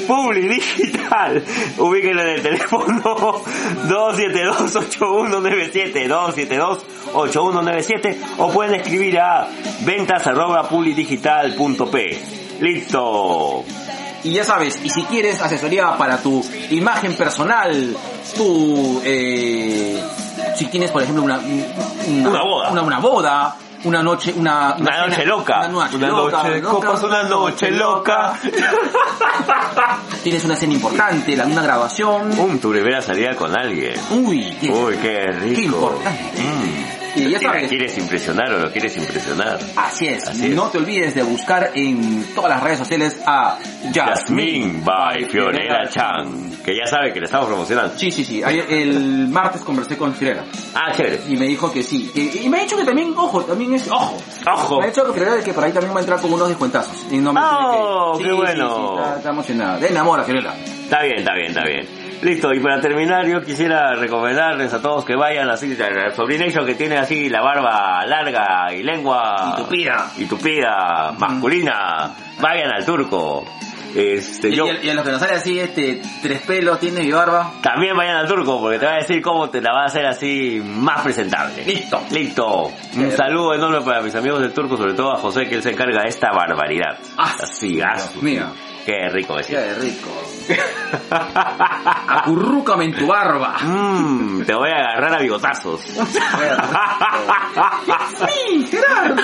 Publi Digital. Ubíquenla en el teléfono 272-8197, 272-8197 o pueden escribir a ventas arroba publidigital.p. ¡Listo! Y ya sabes, y si quieres asesoría para tu imagen personal, tu, eh, si tienes, por ejemplo, una, una, Una boda. Una, una boda, una noche, una, Una noche cena- loca. Una noche, Una loca, noche de copas, una noche loca. Tienes una cena importante, la, una grabación. Um, tu primera salida con alguien. Uy, qué, Uy, qué rico. qué importante. Y ya ¿Quieres, sabes, quieres impresionar o lo quieres impresionar? Así es. Así es. No te olvides de buscar en todas las redes sociales a Jasmine. Jasmine by Fiorella Chan. Que ya sabe que le estamos promocionando. Sí, sí, sí. Ayer- el martes conversé con Firera Ah, chévere. y me dijo que sí. Que- y me ha dicho que también, ojo, también es ojo. Ojo. Me ha dicho que Firera de que por ahí también va a entrar con unos descuentazos. Y no me Oh, tiene que- qué bueno. está, está emocionada. De enamora, Firera. Está bien, está bien, está bien. Listo, y para terminar yo quisiera recomendarles a todos que vayan así, al sobrinello que tiene así la barba larga y lengua... Y tupida. Y tupida, masculina. Vayan al turco. Este, Y, yo... y a los que nos sale así, este, tres pelos, tiene mi barba. También vayan al turco porque te va a decir cómo te la va a hacer así más presentable. Listo. Listo. Un saludo enorme para mis amigos del turco, sobre todo a José, que él se encarga de esta barbaridad. Ah, Así, Dios mío. Qué rico decir. Qué rico. (laughs) Acurrúcame en tu barba. (laughs) Mmm, te voy a agarrar a (laughs) bigotazos. ¡Sí, Gerardo!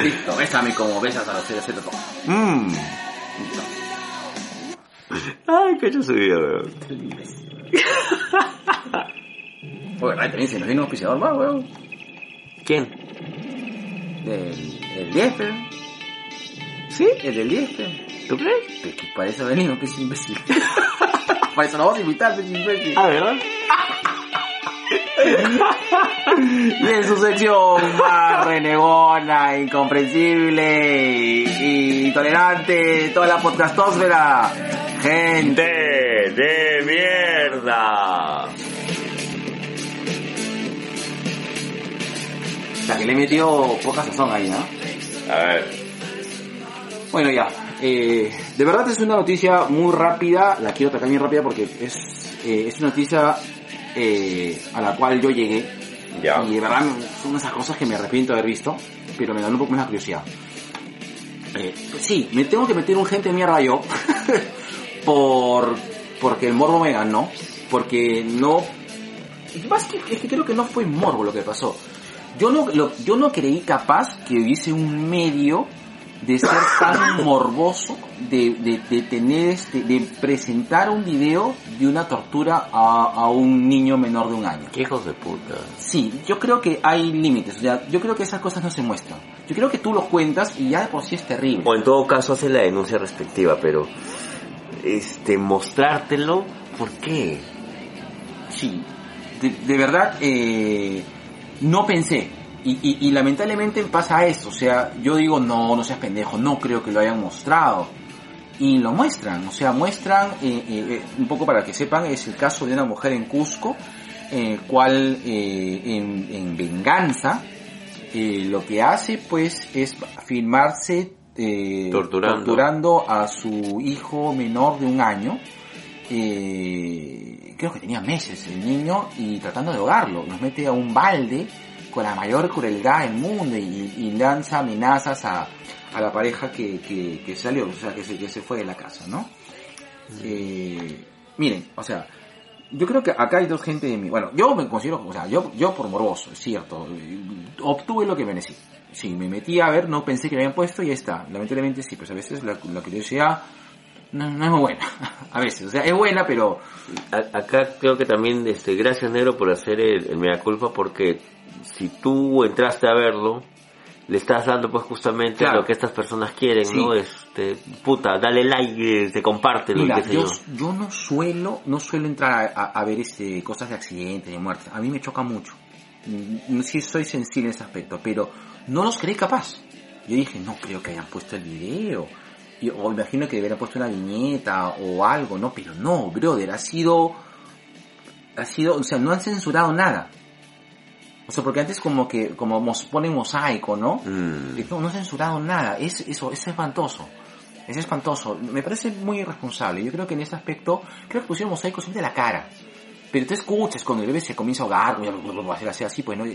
Listo, bésame como besas a los seres de todo. Mmm. Ay, qué yo soy Oye, ay, también se nos viene un auspiciador más, weón. ¿Quién? Del, del 10, pero. ¿Sí? El del 10, pero. ¿Tú crees? Es que para eso venimos, que es imbécil. (laughs) para eso nos vamos a invitar, que es imbécil. Ah, ¿verdad? Y en su sección más renegona, incomprensible y, y tolerante, toda la podcastósfera. Gente. ¡De, de mierda! O sea, que le he metido poca sazón ahí, ¿no? A ver. Bueno, ya. Eh, de verdad es una noticia muy rápida. La quiero tratar bien rápida porque es, eh, es una noticia eh, a la cual yo llegué. Ya. Y de verdad son esas cosas que me arrepiento de haber visto, pero me dan un poco más la curiosidad. Eh, sí, me tengo que meter un gente de mierda yo. (laughs) por, porque el morbo me ganó. Porque no... Más que, es que creo que no fue morbo lo que pasó. Yo no, lo- yo no creí capaz que hubiese un medio de ser tan morboso, de, de, de tener este, de presentar un video de una tortura a, a un niño menor de un año. ¿Qué hijos de puta? Sí, yo creo que hay límites, o sea, yo creo que esas cosas no se muestran. Yo creo que tú los cuentas y ya de por sí es terrible. O en todo caso hace la denuncia respectiva, pero... Este, mostrártelo, ¿por qué? Sí, de, de verdad eh, no pensé. Y, y- y lamentablemente pasa eso, o sea, yo digo, no, no seas pendejo, no creo que lo hayan mostrado. Y lo muestran, o sea, muestran, eh, eh, eh, un poco para que sepan, es el caso de una mujer en Cusco, eh, cual eh, en, en venganza, eh, lo que hace pues es filmarse eh, Torturando. torturando a su hijo menor de un año eh, creo que tenía meses el niño y tratando de ahogarlo. Nos mete a un balde con la mayor crueldad del mundo y, y lanza amenazas a, a la pareja que, que- que salió, o sea, que se, que se fue de la casa, ¿no? Eh, miren, o sea, yo creo que acá hay dos gente de mí. Bueno, yo me considero, o sea, yo, yo por morboso, es cierto, eh, obtuve lo que merecí. Sí, me metí a ver, no pensé que me habían puesto y ya está. Lamentablemente sí, pues a veces la, la curiosidad "Ah, no, no es muy buena. (laughs) A veces, o sea, es buena, pero A- acá creo que también, este, gracias Negro por hacer el, el mea culpa, porque si tú entraste a verlo, le estás dando pues justamente Claro. lo que estas personas quieren, Sí. ¿no? Este, puta, dale like, eh, te compártelo, y mira, qué sé yo, yo. yo no suelo, no suelo entrar a, a- a ver este, cosas de accidentes, de muertes. A mí me choca mucho. Mm, Sí soy sensible en ese aspecto, pero no los creí capaz. Yo dije, no creo que hayan puesto el video. Y- o imagino que hubieran puesto una viñeta o algo, ¿no? Pero no, brother, ha sido... Ha sido, o sea, no han censurado nada. O sea, porque antes como que, como mos, ponen mosaico, ¿no? Mm. No, no han censurado nada. Es, eso, es espantoso. Es espantoso. Me parece muy irresponsable. Yo creo que en este aspecto, creo que pusieron mosaico siempre de la cara. Pero tú escuchas cuando el bebé se comienza a ahogar, va a hacer así, así, pues no, es,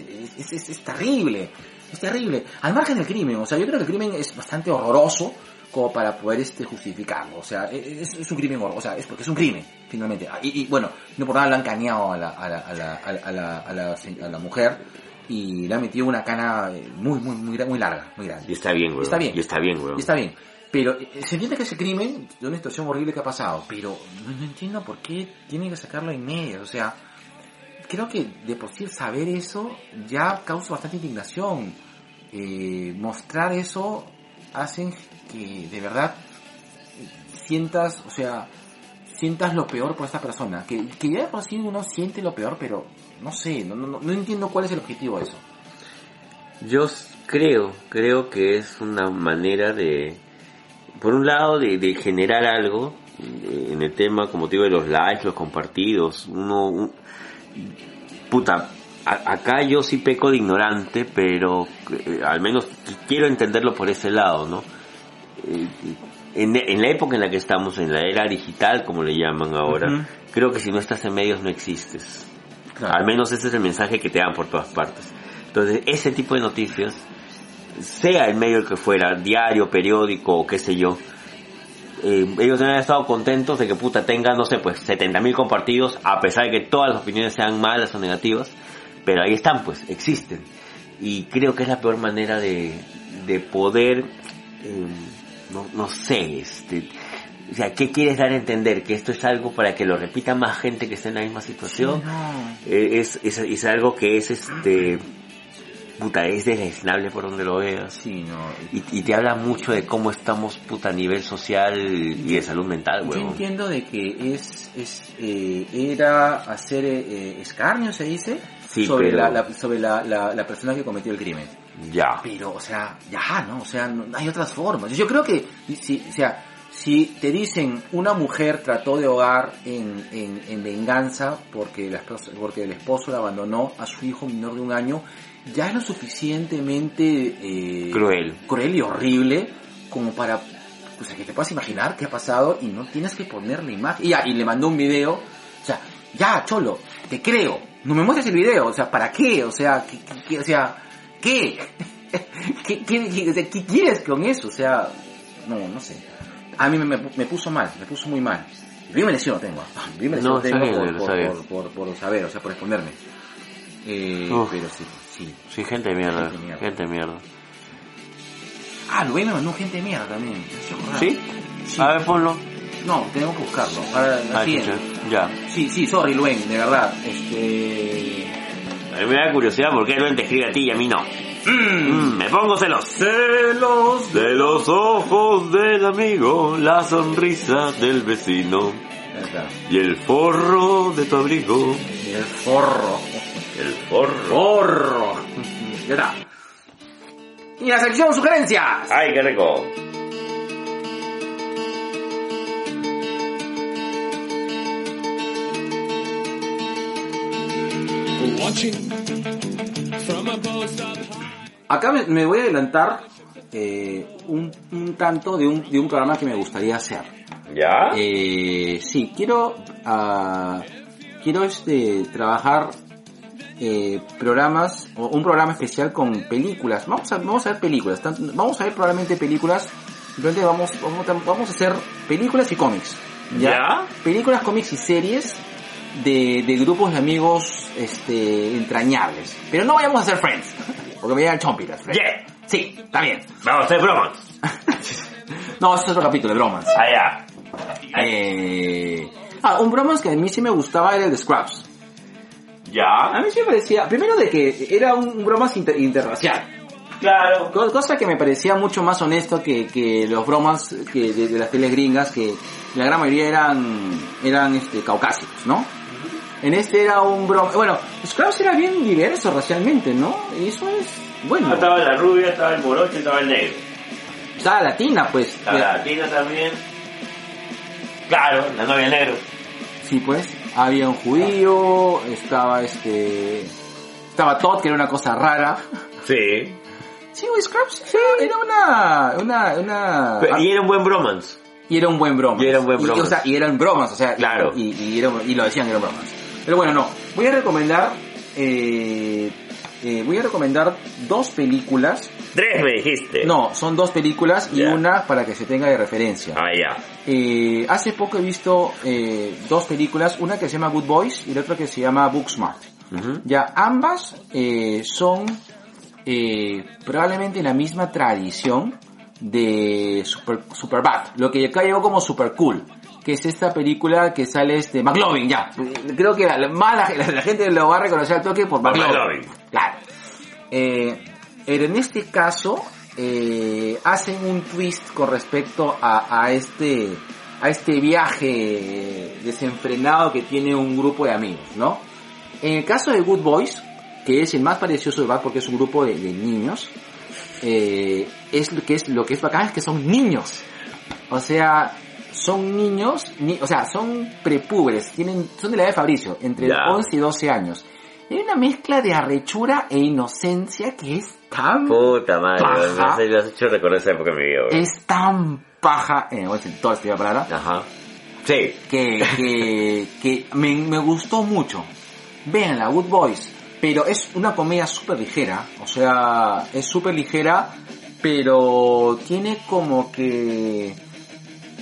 es- es terrible, es terrible. Al margen del crimen, o sea, yo creo que el crimen es bastante horroroso, como para poder este justificarlo. O sea, e, es, es un crimen gordo, o sea, es porque es un crimen, finalmente. Ah, Y, y, bueno, no por nada la han caneado a la, a la, a la, a la, a la, a la se- a la mujer y le han metido una cana eh, muy, muy, muy, gra- muy larga, muy grande. Y está bien, weón. Está bien. Y está bien, weón. Y Está bien. Pero eh, se entiende que ese crimen es una situación horrible que ha pasado, pero no, no entiendo por qué tiene que sacarlo en medias. O sea, creo que de por sí saber eso ya causa bastante indignación. Eh, mostrar eso hacen que de verdad sientas, o sea, sientas lo peor por esta persona. Que, que ya de por sí uno siente lo peor, pero no sé, no, no, no- no entiendo cuál es el objetivo de eso. Yo s- creo, creo que es una manera de, por un lado, de, de generar algo eh, en el tema, como te digo, de los likes, los compartidos. Uno, un- puta, a- acá yo sí peco de ignorante, pero eh, al menos quiero entenderlo por ese lado, ¿no? Eh, en, en la época en la que estamos, en la era digital, como le llaman ahora, Ujú. creo que si no estás en medios no existes. Al menos ese es el mensaje que te dan por todas partes. Entonces, ese tipo de noticias, sea el medio que fuera, diario, periódico o qué sé yo, eh, ellos han estado contentos de que puta tenga, no sé, pues 70.000 compartidos, a pesar de que todas las opiniones sean malas o negativas, pero ahí están, pues, existen. Y creo que es la peor manera de, de poder, eh, no, no sé, este, o sea, ¿qué quieres dar a entender? ¿Que esto es algo para que lo repita más gente que esté en la misma situación? No. Eh, es, es, es algo que es este puta es deslizable por donde lo veas Sí, no. y, y te habla mucho de cómo estamos puta a nivel social y de salud mental Yo huevón entiendo de que es, es eh, era hacer eh, escarnio, se dice, Sí, sobre, pero- la, la- sobre la, la, la persona que cometió el crimen. ya Pero, o sea, ya, ¿no? O sea, no- hay otras formas. Yo creo que, si, o sea, si te dicen una mujer trató de ahogar en, en, en venganza porque, la esposa- porque el esposo la abandonó a su hijo menor de un año, ya es lo suficientemente... eh, cruel cruel y horrible como para o sea, que te puedas imaginar qué ha pasado y no tienes que ponerle imagen. Y, ya, y le mandó un video. O sea, ya, cholo, te creo. No me muestres el video. O sea, ¿para qué? O sea, ¿qué? qué- qué- o sea, ¿qué? (laughs) ¿Qué, qué- qué- o sea, ¿qué quieres con eso? O sea, no, no sé. A mí me, me- me puso mal, me puso muy mal. Yo me lesiono tengo. ah, Yo me lesiono No, está tengo bien, por, lo por- sabía. por- por- por saber, o sea, por exponerme. Eh, Uf. pero sí, sí. sí gente de mierda Gente de mierda. gente de mierda Ah, Luis me mandó gente de mierda también. me hizo acordar. ¿Sí? Sí. a ver ponlo No, tenemos que buscarlo. Ahora, Ah, así es. chucha, ya sí, sí, sorry, Luen, de verdad. Este. a mí me da curiosidad por qué Luen te escribe a ti y a mí no Mm, me pongo celos Celos. de los ojos del amigo la sonrisa del vecino Ahí está. y el forro de tu abrigo El forro. el forro Forro. Ya está. Y la sección sugerencias. ¡Ay, qué rico! Acá me, me voy a adelantar eh, un, un tanto de un, de un programa que me gustaría hacer. ¿Ya? Eh, sí, quiero ah, quiero este trabajar eh, programas o un programa especial con películas. Vamos a vamos a ver películas. tan- Vamos a ver probablemente películas. Donde vamos vamos a, vamos a hacer películas y cómics. ¿Ya? Películas, cómics y series de, de grupos de amigos este entrañables. Pero no vayamos a hacer Friends, porque me llegan chompitas. Friends. Yeah. Sí, está bien. Vamos a hacer bromas. No, ese es otro capítulo de bromas. Allá. Eh, ah, un bromance que a mí sí me gustaba era el de Scraps. A ¿Ya? mí sí me parecía, primero de que era un, un bromance inter- interracial. Claro. Co- Cosa que me parecía mucho más honesto que, que los bromas que de, de las teles gringas que la gran mayoría eran, eran este, caucásicos, ¿no? En este era un broma, bueno, Scraps era bien diverso racialmente, ¿no? Y eso es, bueno, Ah, Estaba la rubia, estaba el morocho, estaba el negro. estaba latina pues. Estaba la latina también. Claro, la novia del negro. Sí, pues, había un judío, estaba este... Estaba Todd, que era una cosa rara. Sí. Sí, güey, Scraps sí, era una... una, una ah, y era un buen bromance. y era un buen broma. y era un buen Y, o bromas. sea, y eran bromas, o sea, Claro. Y, y, era- y lo decían que eran bromas. Pero bueno, no. Voy a recomendar eh, eh, voy a recomendar dos películas. Tres me dijiste. No, son dos películas y Ya. una para que se tenga de referencia. Ah, ya. Eh, hace poco he visto eh, dos películas, una que se llama Good Boys y la otra que se llama Booksmart. Ujú. Ya, ambas eh, son eh, probablemente la misma tradición de Super, Superbad, lo que acá llegó como Super Cool, que es esta película que sale este McLovin, ya. Creo que la, más la, la- la gente lo va a reconocer al toque por Por McLovin. McLovin. Claro. Eh, pero en este caso eh, hacen un twist con respecto a, a este a este viaje desenfrenado que tiene un grupo de amigos, ¿no? En el caso de Good Boys, que es el más parecido de Bad porque es un grupo de, de niños, eh, es lo que es lo que es bacán es que son niños. O sea, son niños, ni- o sea, son prepúberes, tienen, son de la edad de Fabricio, entre Ya. 11 y 12 años. Hay una mezcla de arrechura e inocencia que es tan, Puta madre, Paja. me has- me has hecho recordar esa época de mi vida. güey. es tan paja, eh, en el buen sentido de la palabra, Eh. Ajá. Sí. que, que, que me, me gustó mucho. Vean la Good Boys, pero es una comedia súper ligera, o sea, es súper ligera, pero tiene como que...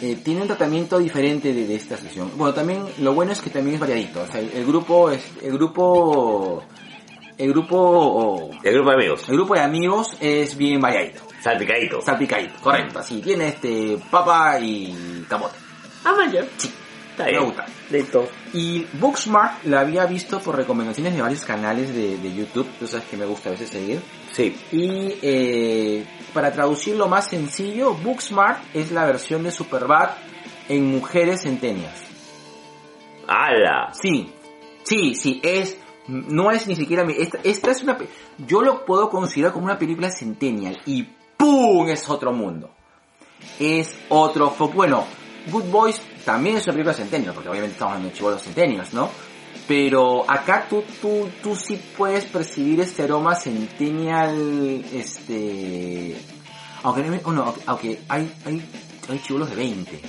eh, tiene un tratamiento diferente de, de esta sesión. Bueno, también lo bueno es que también es variadito. O sea, el, el grupo es el grupo el grupo El grupo de amigos. el grupo de amigos es bien variadito, Salpicadito. salpicadito, correcto. Así tiene este papa y camote. Ah, vaya. Sí. Está Me bien. gusta. Listo. Y Booksmart la había visto por recomendaciones de varios canales de, de YouTube, tú sabes que me gusta a veces seguir. Sí. Y eh, para traducirlo más sencillo, Booksmart es la versión de Superbad en mujeres centenias. ¡Hala! Sí, sí, sí, es, no es ni siquiera mi, esta, esta es una, pe- yo lo puedo considerar como una película centennial y ¡pum! es otro mundo. Es otro foco. Bueno, Good Boys también es una película centennial, porque obviamente estamos hablando de chivolos centenios, ¿no? Pero acá tú, tú, tú sí puedes percibir este aroma centennial, este, aunque, no- oh, no, aunque hay, hay, hay chivolos de 20.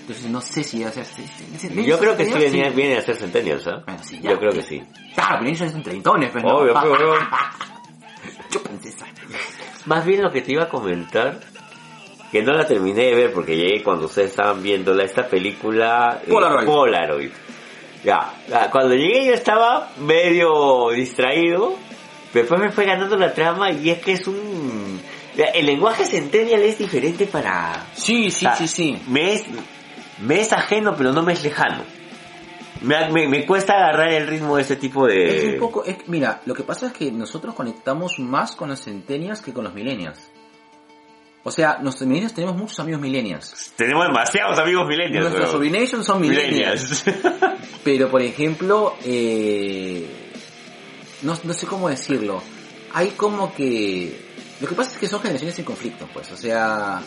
Entonces no sé si, o sea, si- si- si- Yo creo que si- sí sí. venía, viene a ser centenios, ¿ah? Bueno, sí, ya. Yo creo que sí. Claro, pero ellos son treintones, pero no. (laughs) Obvio, pero bueno. Chúpense esa. Más bien lo que te iba a comentar, que no la terminé de ver porque llegué cuando ustedes estaban viéndola, esta película eh, Polaroid. Polaroid. Ya, ya, cuando llegué yo estaba medio distraído, después me fue ganando la trama y es que es un... ya, El lenguaje centennial es diferente para... Sí, sí, Ah, sí, sí. Me es, me es ajeno pero no me es lejano. Me, me- me cuesta agarrar el ritmo de ese tipo Es de... un poco, es, mira, lo que pasa es que nosotros conectamos más con los centenias que con los millennials. O sea, los millennials tenemos muchos amigos millennials. Tenemos demasiados amigos millennials. Nuestros weón. Sobination son millennials. millennials. (laughs) Pero, por ejemplo, eh, no, no sé cómo decirlo. Hay como que... Lo que pasa es que son generaciones en conflicto, pues. O sea,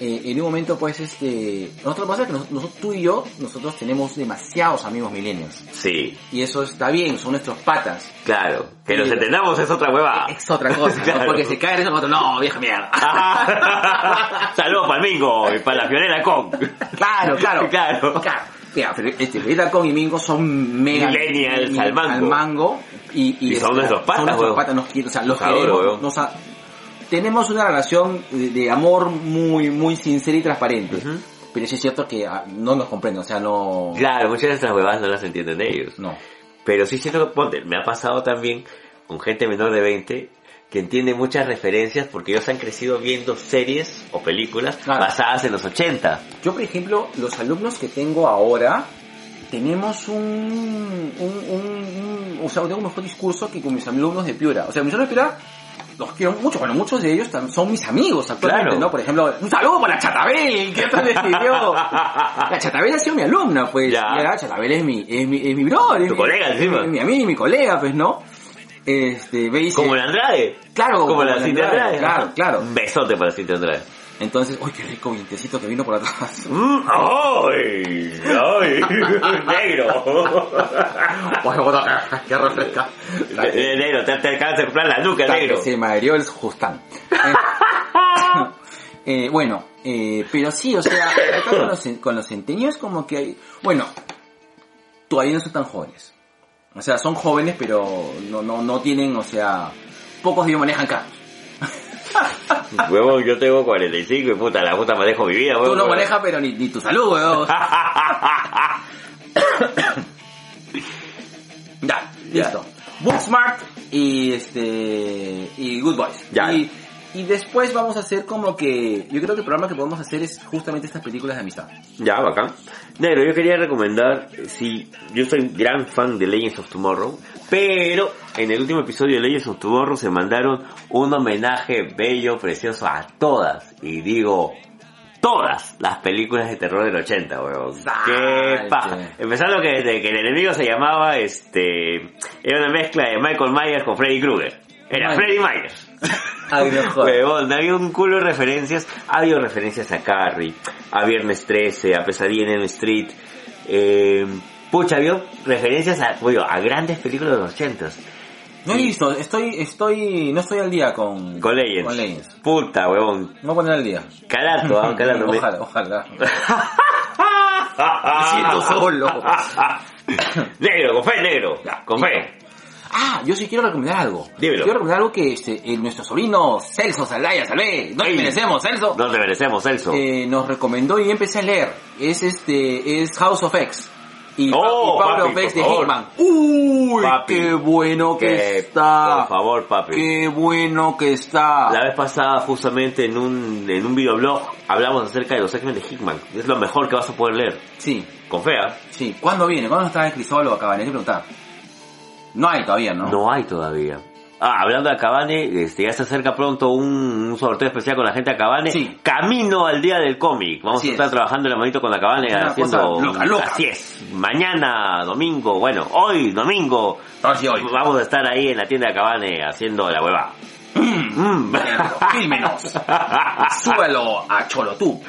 eh, en un momento, pues, este... Nosotros pasa que nos- nosotros, tú y yo, nosotros tenemos demasiados amigos millennials. sí. Y eso está bien, son nuestros patas. Claro, que Sí. nos entendamos es otra hueva. (laughs) Es otra cosa, ¿no? Claro. porque se caen esos otros, no, vieja mierda. Ah. (laughs) Saludos para Mingo y para la Fiorella Con. (laughs) Claro, claro. Claro. Claro. Mira, pero este, Frida Con y Mingo son mega... Millennials mil- al mango. y, Y son nuestros patas, Son nuestros huevón. patas, nos quieren, o sea, los Sabor, queremos. huevón. nos a- tenemos una relación de, de amor muy, muy sincera y transparente. Ujú. Pero sí es cierto que ah, no nos comprenden, o sea, no... Claro, muchas de estas huevas no las entienden ellos. No. Pero sí siento que, ponte, me ha pasado también con gente menor de 20 que entiende muchas referencias porque ellos han crecido viendo series o películas Claro. basadas en los 80. Yo, por ejemplo, los alumnos que tengo ahora, tenemos un, un, un- un- o sea, tengo un mejor discurso que con mis alumnos de Piura. O sea, mis alumnos de Piura los quiero mucho, bueno, muchos de ellos tam- son mis amigos actualmente, Claro. ¿no? Por ejemplo, un saludo para Chatabel, que otra (laughs) decidió. La Chatabel ha sido mi alumna, pues. Ya. Y ahora Chatabel es mi, es mi, es mi brother. es Tu mi- colega encima. es mi amigo, mi colega, pues, ¿no? Este, veis. Como el Andrade. Claro, Como, la, Cintia Andrade. Claro, claro. Un besote para Cintia Andrade. Entonces, uy, qué rico vientecito que vino por atrás. Mm, ¡Ay! (laughs) ¡Ay! ¡Negro! Oye, bueno, (laughs) qué refresca. Ne- ne- Eh, negro, te, te acabas de comprar la nuca, Hasta negro. que se madrió el Justán. Eh, eh, bueno, eh, pero sí, o sea, acá con los, con los centenios como que hay... Bueno, todavía no son tan jóvenes. O sea, son jóvenes, pero no, no, no tienen, o sea... pocos de ellos manejan carros. Huevón, yo tengo 45 y puta, la puta manejo mi vida, Tú huevón. no manejas, pero ni, ni tu salud, weón. (laughs) ya, Ya. listo. Booksmart y este y Good Boys. Ya. Y, y después vamos a hacer como que yo creo que el programa que podemos hacer es justamente estas películas de amistad. Ya, bacán. Negro, yo quería recomendar, sí, yo soy gran fan de Legends of Tomorrow, pero en el último episodio de Legends of Tomorrow se mandaron un homenaje bello, precioso a todas, y digo, todas las películas de terror del 80, weón. ¡Qué Salte. paja! Empezando que desde que el enemigo se llamaba, este, era una mezcla de Michael Myers con Freddy Krueger. Era Ay. Freddy Myers. Ay, no jodas. Huevón, había un culo de referencias. Ha habido referencias a Carrie, a Viernes 13, a Pesadilla en Elm Street. Eh, pucha, había referencias a, bueno, a grandes películas de los ochentas. No he visto, estoy, estoy, no estoy al día con, Con Legends. con Legends. Puta, huevón. Me voy a poner al día. Calato, ah, calato. Me- (laughs) ojalá, ojalá. Me siento solo. (laughs) negro, con fe, negro. Con fe. Ah, yo sí quiero recomendar algo. Dímelo. Quiero recomendar algo que este, eh, nuestro sobrino Celso Salaya, salve. No le Ey. merecemos, Celso. No te merecemos, Celso. Eh, nos recomendó y empecé a leer. Es este, es House of X. Y, Pa- Oh, y Power papi, of X de por favor. Hitman. Uy, Papi, qué bueno que, Que, está. Por favor, papi. Qué bueno que está. La vez pasada, justamente en un, en un videoblog, hablamos acerca de los X-Men de Hickman. Es lo mejor que vas a poder leer. Sí, Con ¿ah? fea. sí. ¿Cuándo viene? ¿Cuándo está el Crisóbal o Acaban? Hay que preguntar. No hay todavía, ¿no? No, hay todavía. Ah, hablando de Cabane, este, ya se acerca pronto un, un sorteo especial con la gente de Cabane. Sí. Camino al día del cómic. Vamos Así a estar es. trabajando la manito con la Cabane Es una haciendo. cosa loca, loca. Así es. Mañana, domingo, bueno, hoy, domingo. No, sí, (clears throat) hoy. Vamos a estar ahí en la tienda de Cabane haciendo la hueva. Mm. Pero Fílmenos. Súbalo a Cholotú.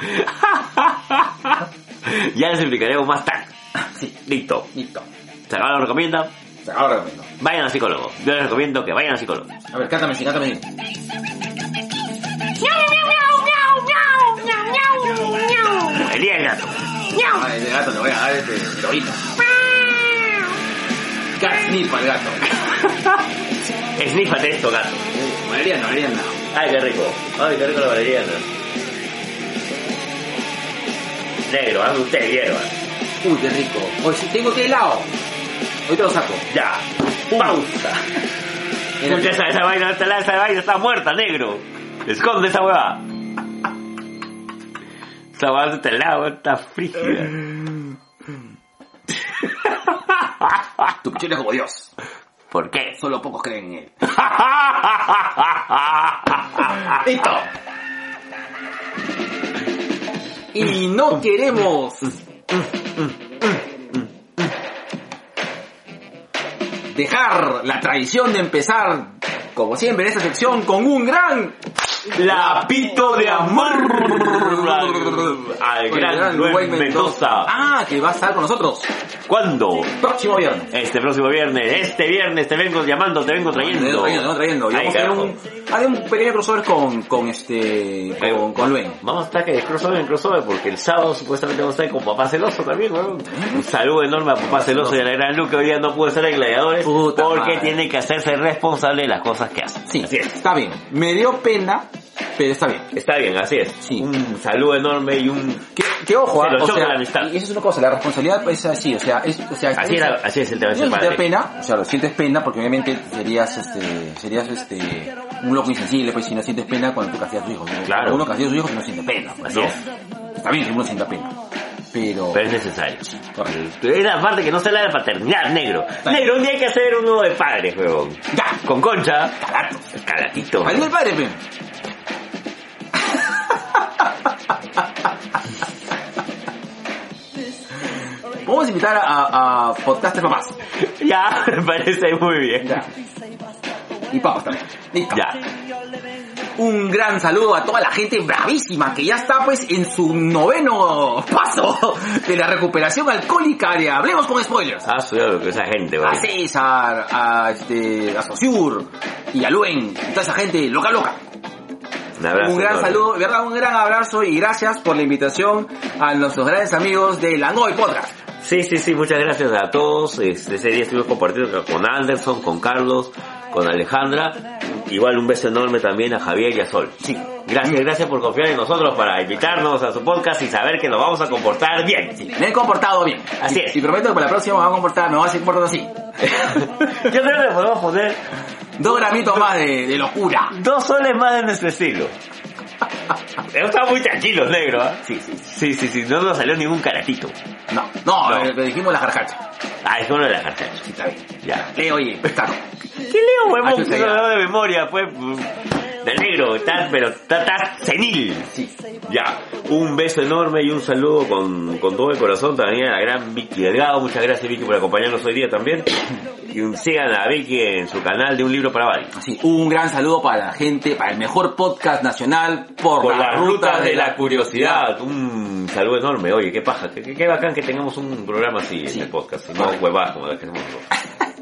(laughs) ya les explicaremos más tarde. Ah, Sí, Listo. listo. Sacado lo recomienda. Se acabó el recomiendo. Vayan al psicólogo. Yo les recomiendo que vayan al psicólogo. A ver, cántame, sí, cántame. sí. El día del gato. Ah, ese gato le voy a dar este heroína. Gas sniff al gato. Uh, Snífate esto, gato. Valeriana, valeriana. Ay, qué rico. Ay, qué rico la valeriana. Negro, hazme usted hierba. Uy, qué rico. Hoy sí tengo té helado. Hoy te lo saco. Ya. Uh. Pausa. Mira, Escucha, esa, esa vaina, esa, esa vaina está muerta, negro. Esconde esa huevada. Esa huevada está helada, está frígida. tu pichón es como Dios. (laughs) ¿Por qué? Solo pocos creen en él. (laughs) Ah, ¡Listo! Y no queremos dejar la tradición de empezar, como siempre, en esta sección con un gran Lapito de amor al gran Rubén Mendoza. Ah, que va a estar con nosotros ¿Cuándo? próximo viernes. Este próximo viernes, este viernes te vengo llamando, te vengo trayendo. trayendo, trayendo. Y vamos Ay, a hacer carajo. un, hay un pequeño crossover con, con este, con, con Luen. Vamos a estar que de crossover en crossover porque el sábado supuestamente vamos a estar con Papá Celoso también, weón. Un saludo enorme a Papá Celoso y a la gran Lu que hoy día no pudo ser en Gladiadores Puta porque madre. tiene que hacerse responsable de las cosas que hace. Sí, Así es. está bien. Me dio pena, pero está bien. Está bien, así es. Sí. Un saludo enorme y un... Que, que ojo, Se ah, lo o choca sea, la amistad. y eso es una cosa, la responsabilidad es así, o sea, es, o sea, Así, es- era- así es el tema no de es que te da separarte. pena, o sea, lo sientes pena porque obviamente serías, este, serías, este, un loco insensible, pues si no sientes pena cuando tú castigas a tus hijos. Claro. Uno castiga a sus hijos y no siente pena. pues, Así ¿no? es. Está bien que uno sienta pena, pero... Pero es necesario. Correcto. Es la parte que no se la de paternidad, negro. Negro, un día hay que hacer uno de padres, weón. ¡Ya! Con concha. Calato. Calatito. ¡Al del padre, pe! Vamos a invitar a, a podcasters papás. Ya, me parece muy bien. Ya. Y papás también. Listo. Ya. Un gran saludo a toda la gente bravísima que ya está pues en su noveno paso de la recuperación alcohólica de Hablemos con Spoilers. Ah, cuidado con esa gente, A weón. César, a, este, a Sosur y a Luen, toda esa gente loca loca. Un abrazo. un gran enorme. saludo, de verdad, un gran abrazo y gracias por la invitación a nuestros grandes amigos de Langoy Podcast. Sí, sí, sí, muchas gracias a todos. Este, Ese día estuvimos compartiendo con Anderson, con Carlos, con Alejandra. Igual un beso enorme también a Javier y a Sol. Sí. Gracias, gracias por confiar en nosotros para invitarnos a su podcast y saber que nos vamos a comportar bien. Me he comportado bien. Así Y- es. Y prometo que para la próxima me voy a comportar, me voy a seguir comportando así. (laughs) Yo creo que le podemos poner Dos gramitos más de, de locura. dos soles más de nuestro estilo. Estamos muy tranquilos, negro, ¿ah? (laughs) Sí, sí, sí, sí, sí, no nos salió ningún caratito. No, no, No. eh, le dijimos la jarjacha. Ah, es uno de las cartas. Sí, está bien. Ya. Eh, oye, está. ¿Qué leo, Ah, huevón? chuta, No ya. leo de memoria, pues. De negro, estás, pero estás estás senil. Sí. Ya, un beso enorme y un saludo con, con todo el corazón también a la gran Vicky Delgado. Muchas gracias Vicky por acompañarnos hoy día también. Y un- sigan a Vicky en su canal de Un Libro para Varios. Así, un gran saludo para la gente, para el mejor podcast nacional por, Por la las rutas de la curiosidad, un saludo enorme. Oye, qué paja, qué, qué- qué bacán que tengamos un programa así Sí. en el podcast. y No huevadas como las que hacemos nosotros. (laughs)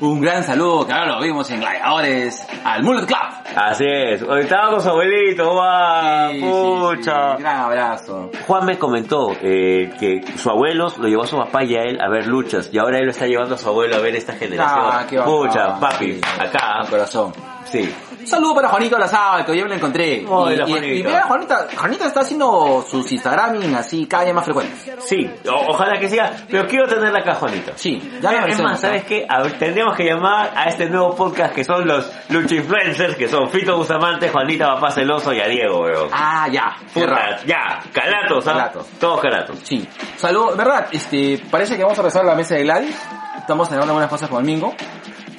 Un gran saludo, que ahora lo vimos en Gladiadores, al Mullet Club. Así es, hoy estaba con su abuelito, va, Sí, sí, pucha. sí, Gran abrazo. Juan me comentó eh, que su abuelo lo llevó a su papá y a él a ver luchas y ahora él lo está llevando a su abuelo a ver esta generación. Ah, qué bacán. Pucha, papi, Sí. Ah, acá, Al corazón. sí. Saludo para Juanita Olazábal, que yo me la encontré. Hola, y, y- y Juanita. mira, Juanita, Juanita está haciendo sus Instagramming así cada día más frecuentes. Sí, o- ojalá que siga, pero quiero tenerla acá, Juanito. Sí, ya la Eh, es más, agradecemos, ¿sabes ¿no? qué? A ver, tendríamos que llamar a este nuevo podcast que son los Lucha Influencers, que son Fito Bustamante, Juanita Papá Celoso y a Diego, weón. Ah, ya. qué raro. Puta, ya, calatos, ¿ah? Calatos. Todos calatos. Sí. Saludo, verdad, este, parece que vamos a rezar la mesa de Gladys. Estamos hablando algunas cosas con el Mingo.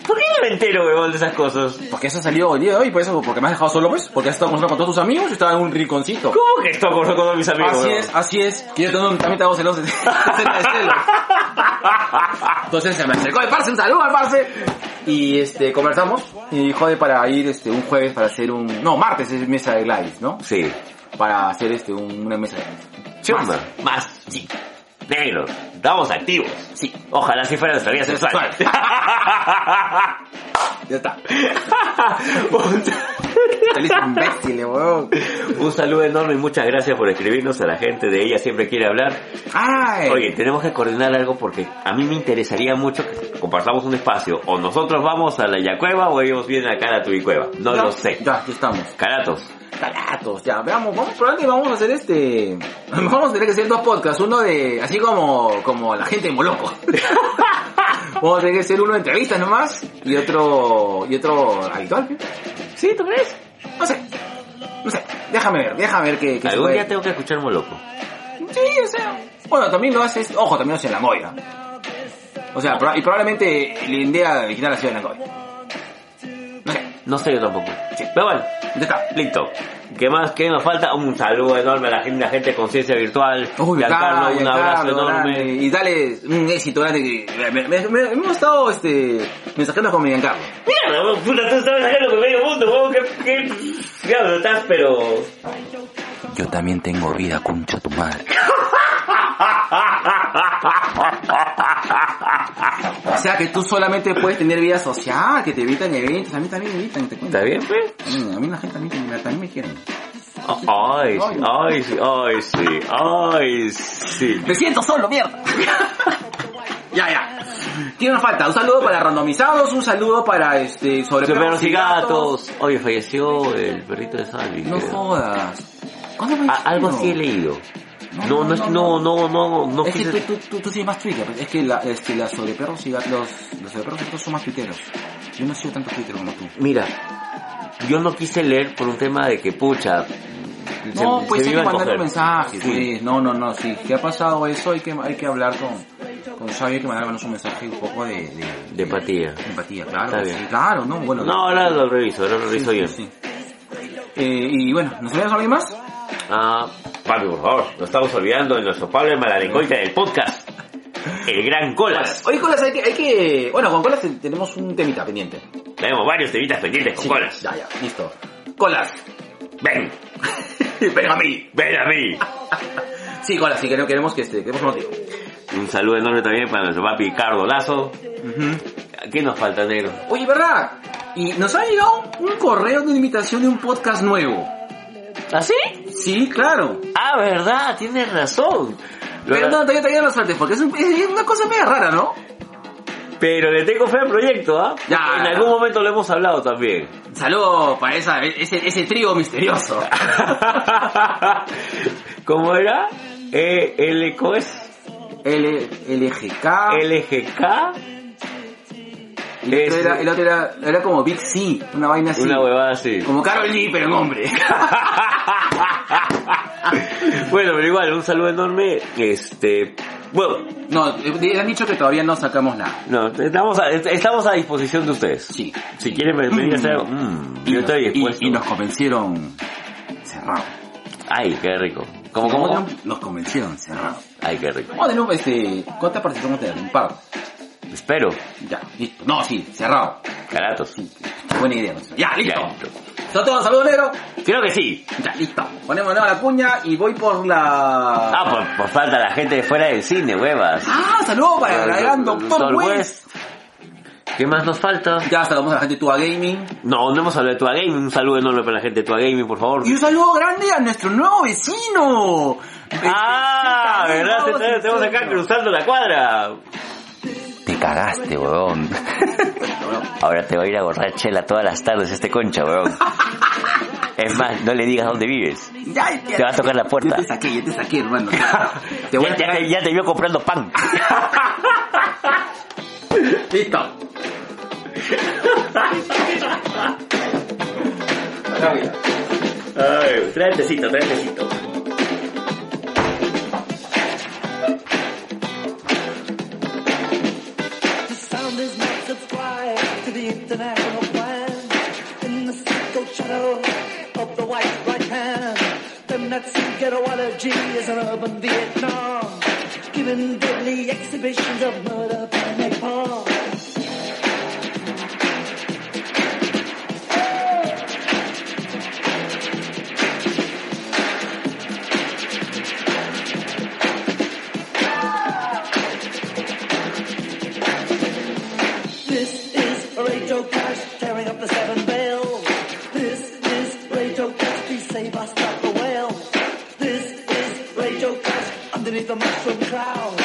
¿Por qué no me entero, weón, de esas cosas? Porque eso salió el día de hoy, por eso, porque me has dejado solo, pues. Porque has estado conversando con todos tus amigos y estaba en un rinconcito. ¿Cómo que esto con con mis amigos, Así weón? es, así es. Que yo también también te hago celos. cerca de (laughs) celos. Entonces se me acercó el parce, un saludo al parce. Y este, conversamos. Y jode para ir este, un jueves para hacer un... No, martes es mesa de Gladys, ¿no? Sí. Para hacer este, un- una mesa de Gladys. Chumba. Más, sí. Negro, estamos activos. Sí, Ojalá así fuera nuestra vida sexual. (laughs) ya está. Un- Feliz imbécil, eh, (laughs) weón. Un saludo enorme y muchas gracias por escribirnos a la gente de ella siempre quiere hablar. Ay. Oye, tenemos que coordinar algo porque a mí me interesaría mucho que compartamos un espacio. O nosotros vamos a la Yacueva o ellos vienen acá a la Tubicueva. No Ya, lo sé. Ya, ya estamos. Caratos. Calatos, ya, veamos, vamos, probablemente vamos a hacer este, (laughs) vamos a tener que hacer dos podcasts, uno de, así como, como la gente de Moloco. (laughs) vamos a tener que hacer uno de entrevistas nomás, y otro, y otro habitual, ¿sí? ¿Sí? ¿Tú crees? no sé, no sé, déjame ver, déjame ver qué, qué se Algún puede. día tengo que escuchar Moloco. Sí, o sea, bueno, también lo haces, ojo, también lo haces en la Goya. O sea, proba- y probablemente la idea original ha sido en la Goya. No sé, No sé yo tampoco. Pero bueno, ya está. Listo. ¿Qué más? ¿Qué nos falta? Un saludo enorme a la gente, la gente de Conciencia Virtual. Uy, Giancarlo, un abrazo Giancarlo, enorme. grande. Y dale un éxito grande. que- Me, me, me- hemos estado este, mensajeando con mi Giancarlo. Mierda, vos, puta, tú sabes acá lo que medio mundo, vos, que... que... Diablo, estás, pero... Yo también tengo vida, cuncha tu madre. (laughs) o sea que tú solamente puedes tener vida social, que te evitan eventos. A mí también me evitan, te cuento. ¿Está bien, pues? Mm, A mí la gente también, me- también me quiere. Ay, sí, ay, sí, ay, sí, ay, sí. Me siento solo, mierda. (laughs) ya, ya. ¿Qué nos falta? Un saludo para randomizados, un saludo para este sobre Perros y gatos. Oye, falleció el perrito de Salvi. No creo. jodas. ¿Cuándo me A- Algo hicieron? así he leído. No, no, es- no, no, no, no es que quise- tú, tú, tú, tú sí eres más Twitter, es que la, es que la sobre perros y gatos, los, los sobre perros y gatos son más tuiteros. Yo no sigo tanto Twitter como tú. Mira, yo no quise leer por un tema de que, pucha, No, pues hay iba que a mandar encoger. un mensaje, Sí. pues. No, no, no, sí. ¿Qué ha pasado eso? Hay que, hay que hablar con, con Xavi, hay que mandarnos un mensaje un poco de... De, De empatía. de empatía, claro. Está que bien. sí, claro, no, bueno. No, ahora lo reviso, ahora lo sí, reviso sí, yo. sí. Eh, y bueno, ¿nos vemos alguien más? Ah, Pablo, por favor, nos estamos olvidando de nuestro Pablo el Malarencoita del podcast. El gran Colas. Oye, Colas, hay que, hay que... Bueno, con Colas tenemos un temita pendiente. Tenemos varios temitas pendientes con Sí, Colas. Ya, ya, listo. Colas. (laughs) Ven, Ven a mí. ven a mí. Sí, Colas, sí, queremos, queremos que este, queremos un motivo. Un saludo enorme también para nuestro papi Cardo Lazo. Ujú. ¿Qué nos falta, negro? Oye, ¿verdad? Y nos ha llegado un correo de una invitación de un podcast nuevo. ¿Así? Sí, claro. Ah, verdad, tienes razón. Pero no, todavía, todavía no lo sueltes, porque es, un- es una cosa media rara, ¿no? Pero le tengo fe al proyecto, ¿ah? Ya. En algún momento lo hemos hablado también. (laughs) Saludos para esa, ese, ese trío misterioso. ¿Cómo era? E L ¿cómo es? L, LGK. LGK. y el, otro S. era, el otro era, era como Big C, una vaina así. Una huevada así. Como Carol Lee, pero en hombre. Bueno, pero igual, un saludo enorme. Este. Bueno, (laughs) No, eh, le han dicho que todavía no sacamos nada. no, estamos a, est- estamos a disposición de ustedes. Sí. Si quieren ven- venir a hacer. mm, yo estoy y- dispuesto. y nos convencieron cerrado. Ay, qué rico. ¿Cómo, cómo? Nos- Nos convencieron cerrado. Ay, qué rico. Vamos a tener un, este, ¿cuántas participaciones tenemos? Un par. Espero. Ya, listo. No, sí, cerrado. Caratos. Buena idea. Marcelo. Ya, listo. Ya, listo. Son todos, saludos negro. Creo que sí. Ya, listo. Ponemos nueva la cuña y voy por la... Ah, por, por falta la gente de fuera del cine, huevas. Ah, saludos para el gran Doctor Dr. West. ¿Qué más nos falta? Ya saludamos a la gente de Tua Gaming. No, no hemos hablado de Tua Gaming. Un saludo enorme para la gente de Tua Gaming, por favor. Y un saludo grande a nuestro nuevo vecino. Ah, Este, ¿verdad? sí, Te, te- te vamos acá sí, cruzando la cuadra. Te cagaste, (laughs) huevón. Ahora te va a ir a borrar chela todas las tardes este concha, huevón. Es más, no le digas dónde vives. sí. Ya, ya, Te va a tocar la puerta. Yo te saqué, yo te saqué, hermano. (laughs) Te voy Ya, a ya te- ya te vio comprando pan. Listo. Ay, trae el tecito, trae el tecito. The sound is not subscribed to the international plan. In the sickle shadow of the white right hand, the Nazi ghettoology is an urban Vietnam, giving deadly exhibitions of murder by napalm. This is Radio Cash tearing up the seven bell. This is Radio Cash, please save us, stop the whale. This is Radio Cash underneath the mushroom cloud.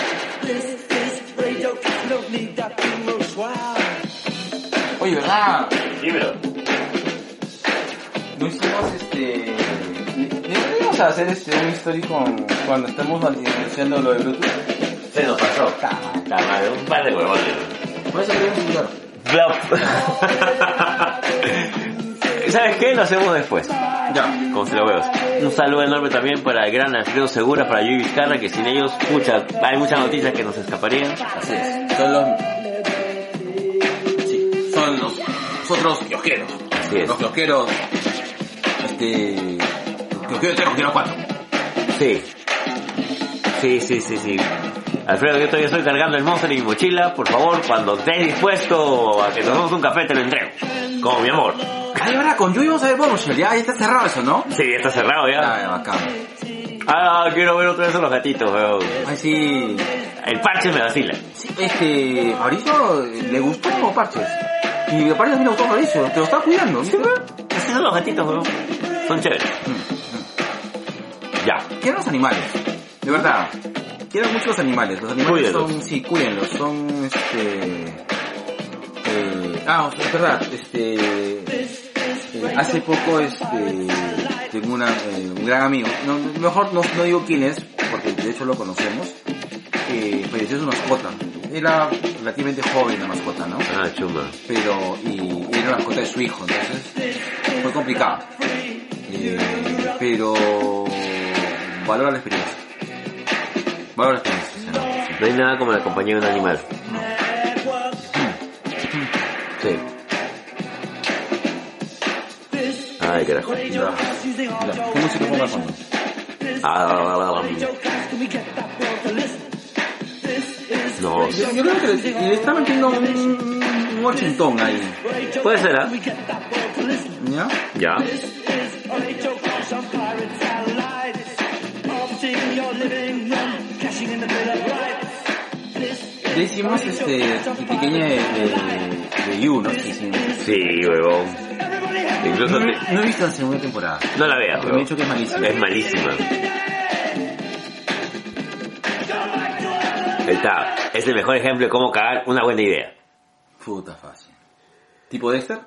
This is Radio Cash, no need that English wow. Oye, ¿verdad? Dímelo. No hicimos este. ¿No íbamos a hacer este un story con cuando estamos anunciando lo de Bluetooth? Se nos pasó. Está mal, un par de huevones. Por eso queremos jugar. Blop. (laughs) ¿Sabes qué? Lo hacemos después. Ya. Como si lo veas. Un saludo enorme también para el gran Alfredo Segura, para Yuy Vizcarra, que sin ellos mucha, hay muchas noticias que nos escaparían. Así es. Son los. Sí. Son los. Nosotros kiosqueros. Así es. Los kiosqueros. Este. Los kiosqueros 3, kiosqueros 4. Sí. Sí, sí, sí, sí. Alfredo, yo todavía estoy cargando el monster en mi mochila. Por favor, cuando estés dispuesto a que nos demos un café, te lo entrego. Como mi amor. Ay, ahora con Yu íbamos a ver Bombshell. Ya, ya está cerrado eso, ¿no? Sí, ya está cerrado ya. Ya, bacán. Ah, quiero ver otra vez a los gatitos, weón. Ay, sí. El parche me vacila. Este. Mauricio eh, le gustó como parches. Y a Parches también le gustó a Mauricio. Te lo está cuidando. ¿viste? Así son los gatitos, weón. Son chéveres. Ya. Quiero los animales, de verdad. Quiero mucho los animales. Los animales Cuídenlos. son, sí, cuídenlos, son este. eh, ah, es verdad, este. eh, hace poco este. Tengo una, eh, un gran amigo, no, mejor no, no digo quién es, porque de hecho lo conocemos. Eh, falleció su mascota. Era relativamente joven la mascota, ¿no? Ah, chuma. pero y, y era la mascota de su hijo, entonces fue complicado. Eh, pero valora la experiencia. Valora la experiencia. o sea, No hay nada como la compañía de un animal. Sí. Ay, carajo. no. Ya, ¿Qué música pongo al fondo? Ah, no. Yo, yo creo que le, le está metiendo un, un ochentón ahí. Puede ser, ¿ah? ¿Ya? Ya. Ya hicimos este y pequeña eh, de, de, de You, ¿no? Sí, sí. Sí, huevón. Incluso No, te- no he visto la segunda temporada. No la Me veas, han huevón. dicho que es malísima. Es malísima. Ahí está. Es el mejor ejemplo de cómo cagar una buena idea. Puta fácil. ¿Tipo Dexter?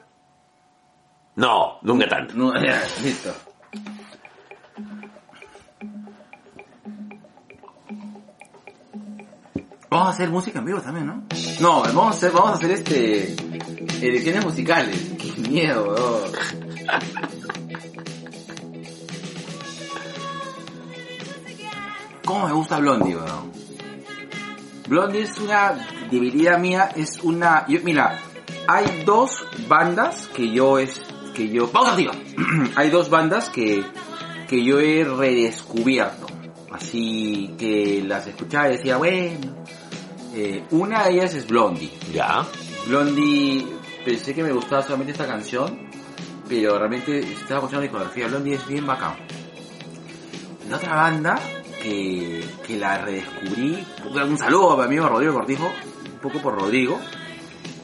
No, nunca tanto. No, (laughs) ya, listo. Vamos a hacer música en vivo también, ¿no? No, vamos a hacer, vamos a hacer este. Ediciones musicales. Qué miedo, weón. ¿Cómo me gusta Blondie, weón? Blondie es una debilidad mía, es una. yo- mira, hay dos bandas que yo es. que yo. ¡Vamos arriba! (clears throat) hay dos bandas que. que yo he redescubierto. Así que las escuchaba y decía, bueno. eh, una de ellas es Blondie. Ya. Blondie, pensé que me gustaba solamente esta canción, pero realmente estaba escuchando la discografía. Blondie es bien bacán. La otra banda que, que la redescubrí, un saludo a mi amigo Rodrigo Cortijo, un poco por Rodrigo,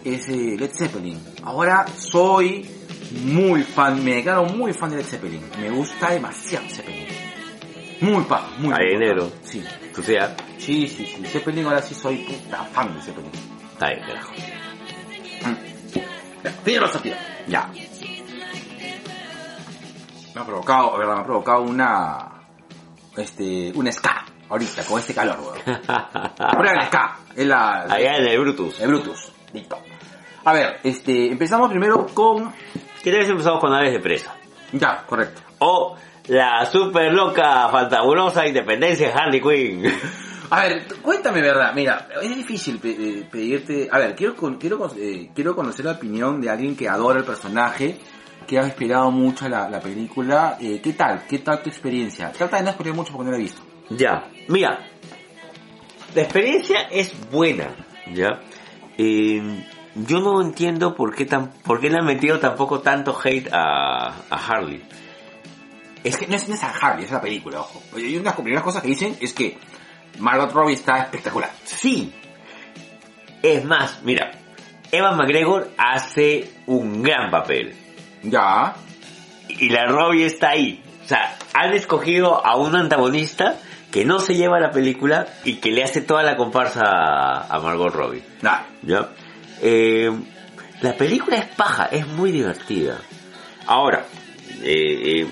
es eh, Led Zeppelin. Ahora soy muy fan, me declaro muy fan de Led Zeppelin. Me gusta demasiado Zeppelin. Muy pa, muy muy Ahí en paja. negro. Sí, Tú sea. sí, sí, sí. Zeppelin ahora sí soy puta fan de Zeppelin. Ahí, carajo. Mm. Tiene los tío. Ya. Me ha provocado, verdad, me ha provocado una. Este. Una ska. Ahorita, con este calor, (laughs) weón. (laughs) Prueba el ska. Es la. Allá en el Brutus. de Brutus. Listo. A ver, este. Empezamos primero con. ¿Qué tal si empezamos con aves de presa? Ya, correcto. O la super loca, fantabulosa independencia de (laughs) Harley Quinn. A ver, t- cuéntame, verdad. Mira, es difícil pe- eh, pedirte. A ver, quiero, con- quiero, con- eh, quiero conocer la opinión de alguien que adora el personaje. Que ha inspirado mucho la, la película. Eh, ¿Qué tal? ¿Qué tal tu experiencia? Trata de no spoiler mucho porque no la he visto. ya. Mira. La experiencia es buena. Ya. Eh, yo no entiendo por qué, tan, por qué le han metido tampoco tanto hate a, a Harley. Es que no es, no es a Harley, es la película, ojo. Oye, Y una de las primeras cosas que dicen es que Margot Robbie está espectacular. Sí. Es más, mira. Evan McGregor hace un gran papel. Ya. y la Robbie está ahí. O sea, han escogido a un antagonista que no se lleva la película y que le hace toda la comparsa a a Margot Robbie. Nah. ¿Ya? Eh, la película es paja, es muy divertida. Ahora, eh, eh,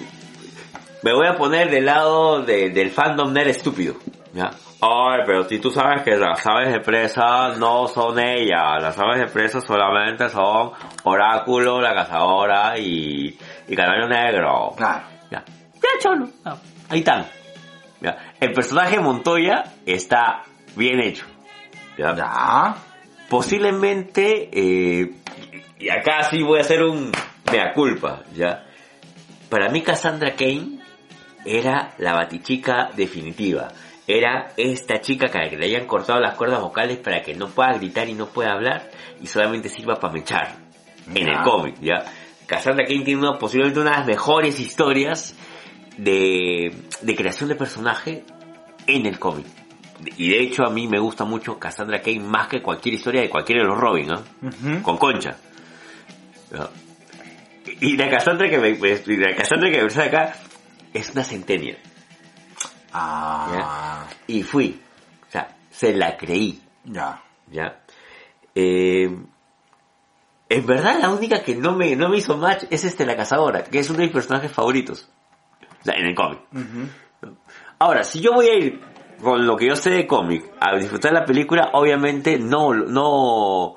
me voy a poner del lado de- del fandom nerd estúpido. ¿ya? Ay, pero si tú sabes que las aves de presa no son ella, las aves de presa solamente son Oráculo, la cazadora y, y Canario Negro. Claro. Ya, ya cholo. Ah, Ahí están. Ya. El personaje Montoya está bien hecho. Ya. Ya. Posiblemente, eh, y acá sí voy a hacer un mea culpa, ya. Para mí Cassandra Kane era la batichica definitiva. Era esta chica que le hayan cortado las cuerdas vocales para que no pueda gritar y no pueda hablar y solamente sirva para mechar en el Ya. cómic, ya. Cassandra Kane tiene una- posiblemente una de las mejores historias de, de creación de personaje en el cómic. Y de hecho a mí me gusta mucho Cassandra Kane más que cualquier historia de cualquiera de los Robin, ¿ah? Ujú. Con concha. ¿No? Y la Cassandra que me, y la Cassandra que me saca es una centenia. Ah. Y fui. O sea, se la creí. Ya. ¿Ya? Eh, en verdad la única que no me, no me hizo match es este la cazadora, que es uno de mis personajes favoritos. O sea, en el cómic. Ujú. Ahora, si yo voy a ir con lo que yo sé de cómic a disfrutar la película, obviamente no, no,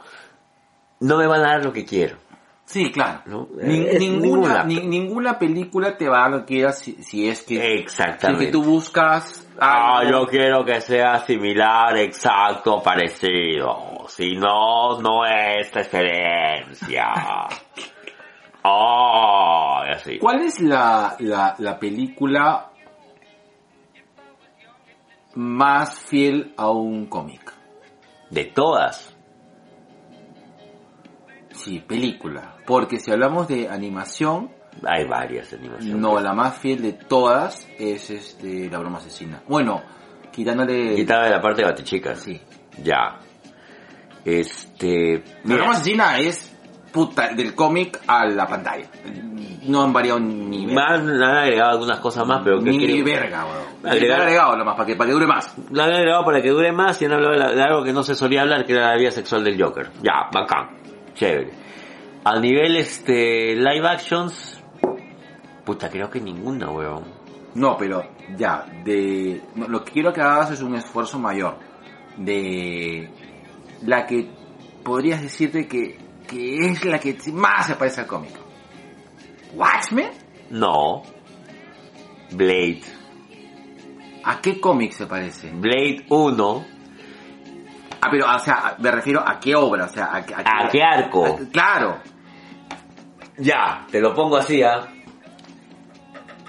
no me van a dar lo que quiero. Sí, claro. No, Ni- es ninguna, ninguna. ni- ninguna película te va a dar lo que quieras si, si es que, si es Exactamente. que tú buscas. Ah, algo. yo quiero que sea similar, exacto, parecido. Si no, no es (laughs) excelencia. Oh, y así. ¿Cuál es la, la, la película más fiel a un cómic? De todas. Sí, película. Porque si hablamos de animación, Hay varias animaciones. No, la más fiel de todas es este la broma asesina. Bueno, quitándole. Quitaba de la parte de Batichica. eh. Sí. Ya. Este... La mira, broma asesina es puta del cómic a la pantalla. No han variado ni ver- más le han agregado algunas cosas más, pero que ni creo- verga, weón. Agregar- Le han agregado nomás para que, para que dure más. La han agregado para que dure más y han hablado de la- de algo que no se solía hablar, que era la vida sexual del Joker. Ya, bacán. Chévere. A nivel este live actions, puta, creo que ninguna, weón. No, pero ya, de lo que quiero que hagas es un esfuerzo mayor. De la que podrías decirte que, que es la que más se parece al cómic. ¿Watchmen? No. Blade. ¿A qué cómic se parece? Blade 1. Ah, pero, o sea, me refiero a qué obra, o sea, a, qué- ¿A Ah, qué arco? a- claro. Ya, te lo pongo así, ¿ah?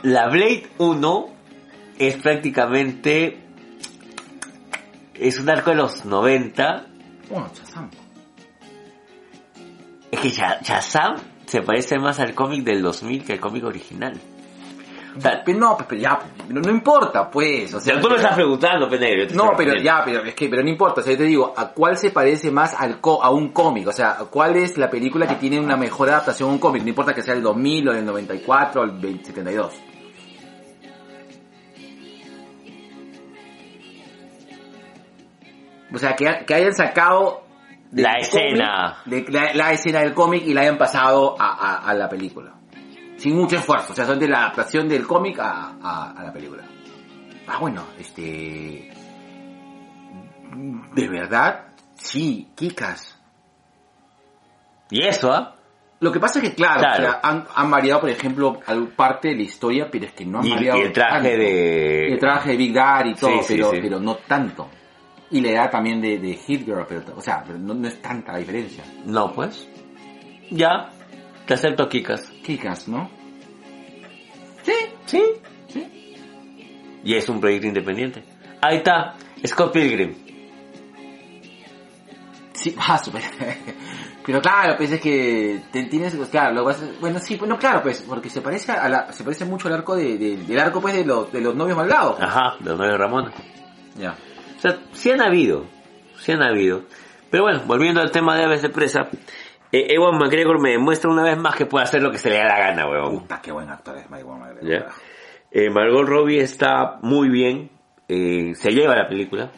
La Blade 1 es prácticamente... Es un arco de los 90. Bueno, Shazam. Es que Sha- Shazam se parece más al cómic del 2000 que al cómic original. O sea, Pero no, pues, pero ya, no, no importa, pues, o o sea, sea... tú me estás preguntando, Penegro. yo te No, estoy pero respondiendo. ya, pero es que, pero no importa, o sea, yo te digo, ¿a cuál se parece más al co- a un cómic? O sea, ¿cuál es la película que tiene una mejor adaptación a un cómic? No importa que sea el 2000 o el 94 o el 20 72. O sea, que, ha- que hayan sacado... del La cómic- escena. de la, la escena del cómic y la hayan pasado a, a- a la película. Sin mucho esfuerzo, o sea, son de la adaptación del cómic a, a- a la película. Ah, bueno, este... De verdad, sí, Kikas. Y eso, ¿ah? Lo que pasa es que, claro, Claro. o sea, han, han variado, por ejemplo, al- parte de la historia, pero es que no han Y, variado. y el traje tanto. de... El traje de Big Dad y todo, Sí, sí, pero, sí. pero no tanto. Y la edad también de, de Hit Girl, pero, o sea, pero no, no es tanta la diferencia. No, pues. Ya. Te acepto, Kikas. Kikas, ¿no? Sí. Y es un proyecto independiente. Ahí está. Scott Pilgrim. Sí, (laughs) va súper. Pero claro, pues es que te tienes, pues, claro, lo vas, bueno, sí, bueno, claro, pues, porque se parece a la, se parece mucho al arco de, de- del arco, pues, de los, de los novios malvados. Ajá, de Mario Ramón. Ya. O sea, sí han habido. Sí han habido. Pero bueno, volviendo al tema de aves de presa. eh, Ewan McGregor me demuestra una vez más que puede hacer lo que se le da la gana, weón. Puta, Ah, qué buen actor es Mike Warner. ¿Ya? Eh, Margot Robbie está muy bien. eh, se lleva la película.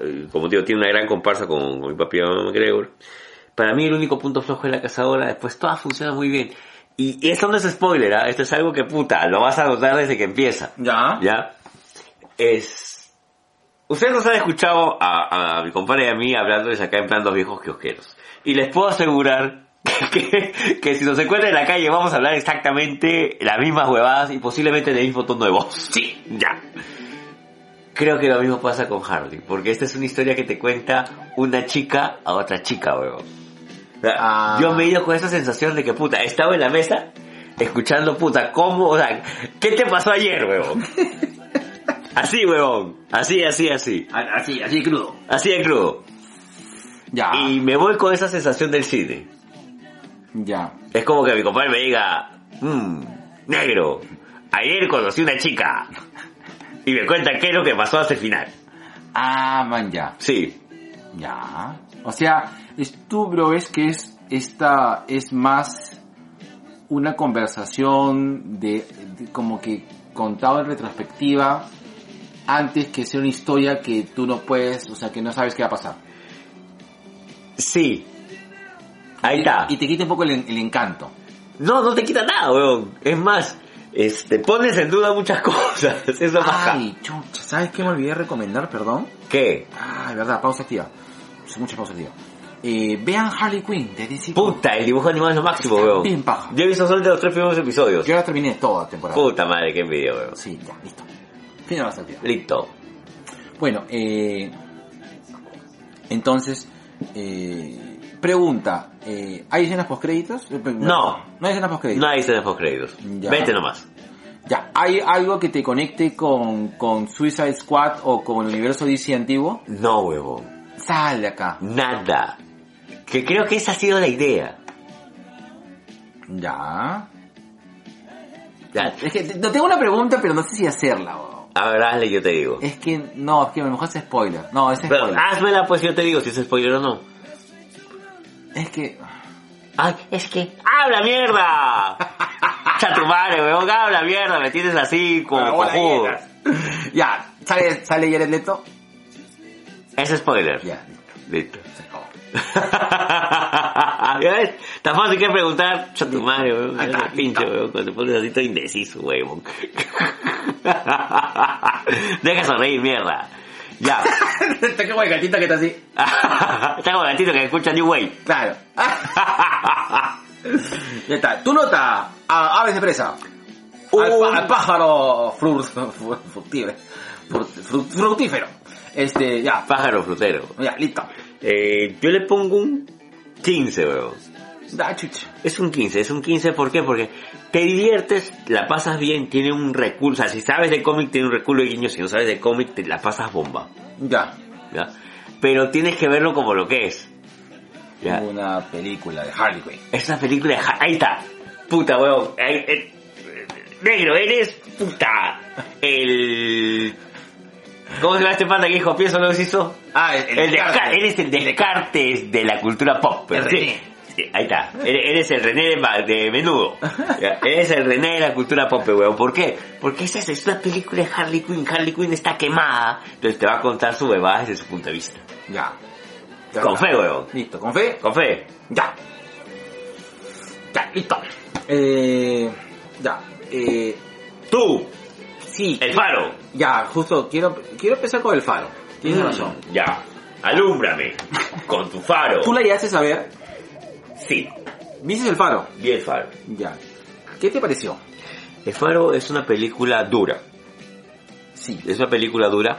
Eh, como te digo, tiene una gran comparsa con, con mi papi Ewan McGregor. Para mí el único punto flojo es la cazadora. Después todas funcionan muy bien. Y esto no es spoiler, ¿ah? Esto es algo que puta, lo vas a notar desde que empieza. Ya. ¿Ya? Es... Ustedes nos han escuchado a, a mi compadre y a mí hablándoles acá en plan dos viejos kiosqueros. Y les puedo asegurar (laughs) que, que si nos encuentran en la calle vamos a hablar exactamente las mismas huevadas y posiblemente en el mismo tono de voz. Sí, ya. Creo que lo mismo pasa con Harley, porque esta es una historia que te cuenta una chica a otra chica, huevón. O sea, Ah. Yo me he ido con esa sensación de que, puta, estaba en la mesa escuchando, puta, cómo, o sea, ¿qué te pasó ayer, (laughs) huevón? Así, huevón. Así, así, así. A- Así, así de crudo. Ah. Así de crudo. Ya. Y me voy con esa sensación del cine. Ya. Es como que mi compadre me diga, mmm, negro, ayer conocí una chica. Y me cuenta qué es lo que pasó hace final. Ah, man, ya. Sí. Ya. O sea, es, tú bro ves que es esta es más una conversación de, de- como que contado en retrospectiva antes que sea una historia que tú no puedes, o sea, que no sabes qué va a pasar. Sí. Ahí está. Y te quita un poco el, en- el encanto. No, no te quita nada, weón. Es más, este, pones en duda muchas (laughs) cosas. Eso pasa. Ay, chucha, ¿sabes qué me olvidé de recomendar? Perdón. ¿Qué? Ah, es verdad, pausa activa. Es mucha pausa activa. Eh, vean Harley Quinn de DC. Puta, el dibujo animado es lo máximo, Está weón. bien paja. Yo he visto solo de los tres primeros episodios. Yo ya terminé toda la temporada. Puta madre, qué envidia, weón. Sí, ya, listo. Fin de la pausa activa. Listo. Bueno, eh, entonces, eh, pregunta, eh, ¿hay escenas postcréditos? Eh, No. No hay escenas postcréditos. No hay escenas post-créditos. Ya. Vete nomás. Ya, ¿hay algo que te conecte con, con Suicide Squad o con el universo DC antiguo? No, huevón. Sal de acá. Nada. Que creo que esa ha sido la idea. Ya. Ya. Es que no tengo una pregunta, pero no sé si hacerla. bo. A ver, hazle, yo te digo. Es que, no, es que a lo mejor es spoiler. No, es Pero spoiler. hazmela, pues yo te digo si es spoiler o no. Es que, Ay, es que... ¡Habla (laughs) mierda! ¡Cha tu madre, weón! ¡Habla mierda! Me tienes así como cojudo. (laughs) ya, sale, sale Jared Leto. Es spoiler. Ya, (laughs) Listo. se acabó. (laughs) Ya ves, Tan fácil que preguntar, a tu madre, weón. Ahí está, Ese pinche, weón. Cuando te pones así todo indeciso, weón. (laughs) Deja sonreír, mierda. Ya. (laughs) Está que guay gatita que está así. Está como el gatito que escucha New Way. (laughs) Claro. Ya está. Tu nota a aves de presa. Al, Un- pa- al pájaro frur- fu- fructífero. Fru- fru- fructífero. Este, ya. Pájaro frutero. Ya, listo. Eh, yo le pongo un 15, weón. Da chucha. Es un 15, es un 15, ¿por qué? Porque te diviertes, la pasas bien, tiene un recurso. O sea, si sabes de cómic, tiene un recurso de guiño. Si no sabes de cómic, te la pasas bomba. Ya. ¿ya? Pero tienes que verlo como lo que es. ¿ya? Una película de Harley Quinn. Es una película de... Ja- Ahí está. Puta, weón. Ahí- eh, negro, eres puta. El... ¿Cómo se llama este panda que dijo? Pienso lo hizo. Ah, el, El desca- eres el descartes de la cultura pop. El sí. René. Sí, ahí está. Eres, eres el René de, ma- de (laughs) menudo. Ya, Eres el René de la cultura pop, weón. ¿Por qué? Porque esa es una película de Harley Quinn. Harley Quinn está quemada. Entonces te va a contar su bebada desde su punto de vista. Ya. Ya Con está. fe, weón. Listo, con fe. Con fe. Ya. Ya, listo. Eh, ya. Eh, Tú, sí. el faro. Ya, justo quiero, quiero empezar con el faro. Mm. Tienes razón. Ya. Alúmbrame. Con tu faro. Tú la llegaste a saber. Sí. ¿Viste el faro? Vi el faro. Ya. ¿Qué te pareció? El faro es una película dura. Sí. Es una película dura.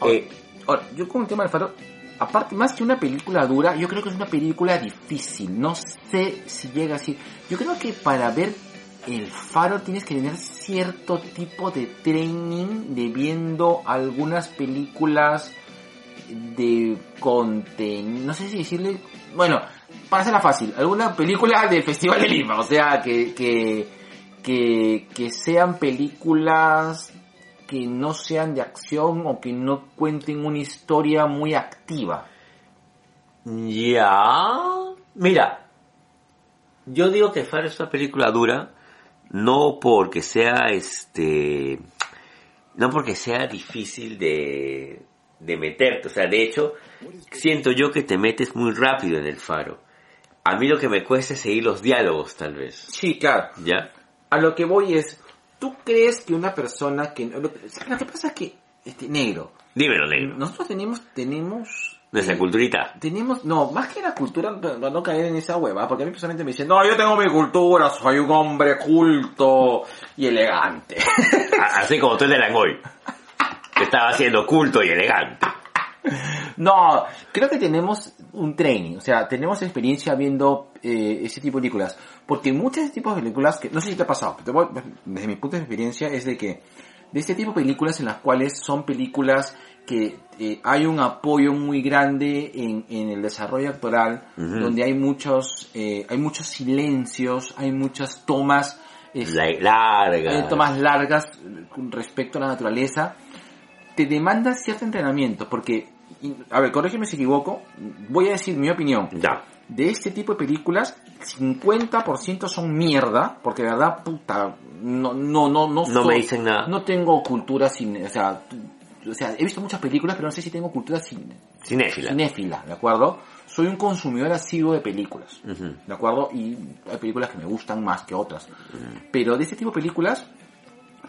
Ahora, Eh, ahora, yo con el tema del faro, aparte, más que una película dura, yo creo que es una película difícil. No sé si llega así. Yo creo que para ver el faro tienes que tener cierto tipo de training de viendo algunas películas de contenido. No sé si decirle. Bueno, para hacerla fácil, alguna película del Festival de Lima. O sea, que. que que, que sean películas que no sean de acción o que no cuenten una historia muy activa. Ya. Mira, yo digo que Faro es una película dura, no porque sea este. No porque sea difícil de, de meterte. O sea, de hecho, siento yo que te metes muy rápido en el Faro. A mí lo que me cuesta es seguir los diálogos, tal vez. Sí, claro. ¿Ya? A lo que voy es, ¿tú crees que una persona que... Lo, lo que pasa es que, este, negro, Dímelo, negro. nosotros tenemos, tenemos... Nuestra culturita. Tenemos, no, más que la cultura, para no caer en esa hueva, porque a mí personalmente me dicen, no, yo tengo mi cultura, soy un hombre culto y elegante. A- Así como tú el de Langoy. Que estaba haciendo culto y elegante. No, creo que tenemos un training, o sea, tenemos experiencia viendo eh, ese tipo de películas. Porque muchos tipos de películas, que no sé si te ha pasado, pero te voy- desde mi punto de experiencia es de que de este tipo de películas en las cuales son películas que eh, hay un apoyo muy grande en, en el desarrollo actoral, Ujú. donde hay muchos, eh, hay muchos silencios, hay muchas tomas, este, La- larga. hay tomas largas eh, con respecto a la naturaleza, te demanda cierto entrenamiento, porque, y- a ver, corrígeme si equivoco, voy a decir mi opinión. Ya. De este tipo de películas, 50% son mierda, porque de verdad, puta, no, no, no, no, No me dicen nada. No tengo cultura sin, o sea, tú- o sea, he visto muchas películas, pero no sé si tengo cultura sin, Cinéfila. cinéfila, ¿de acuerdo? Soy un consumidor asiduo de películas, Ujú. ¿de acuerdo? Y hay películas que me gustan más que otras. Pero de este tipo de películas,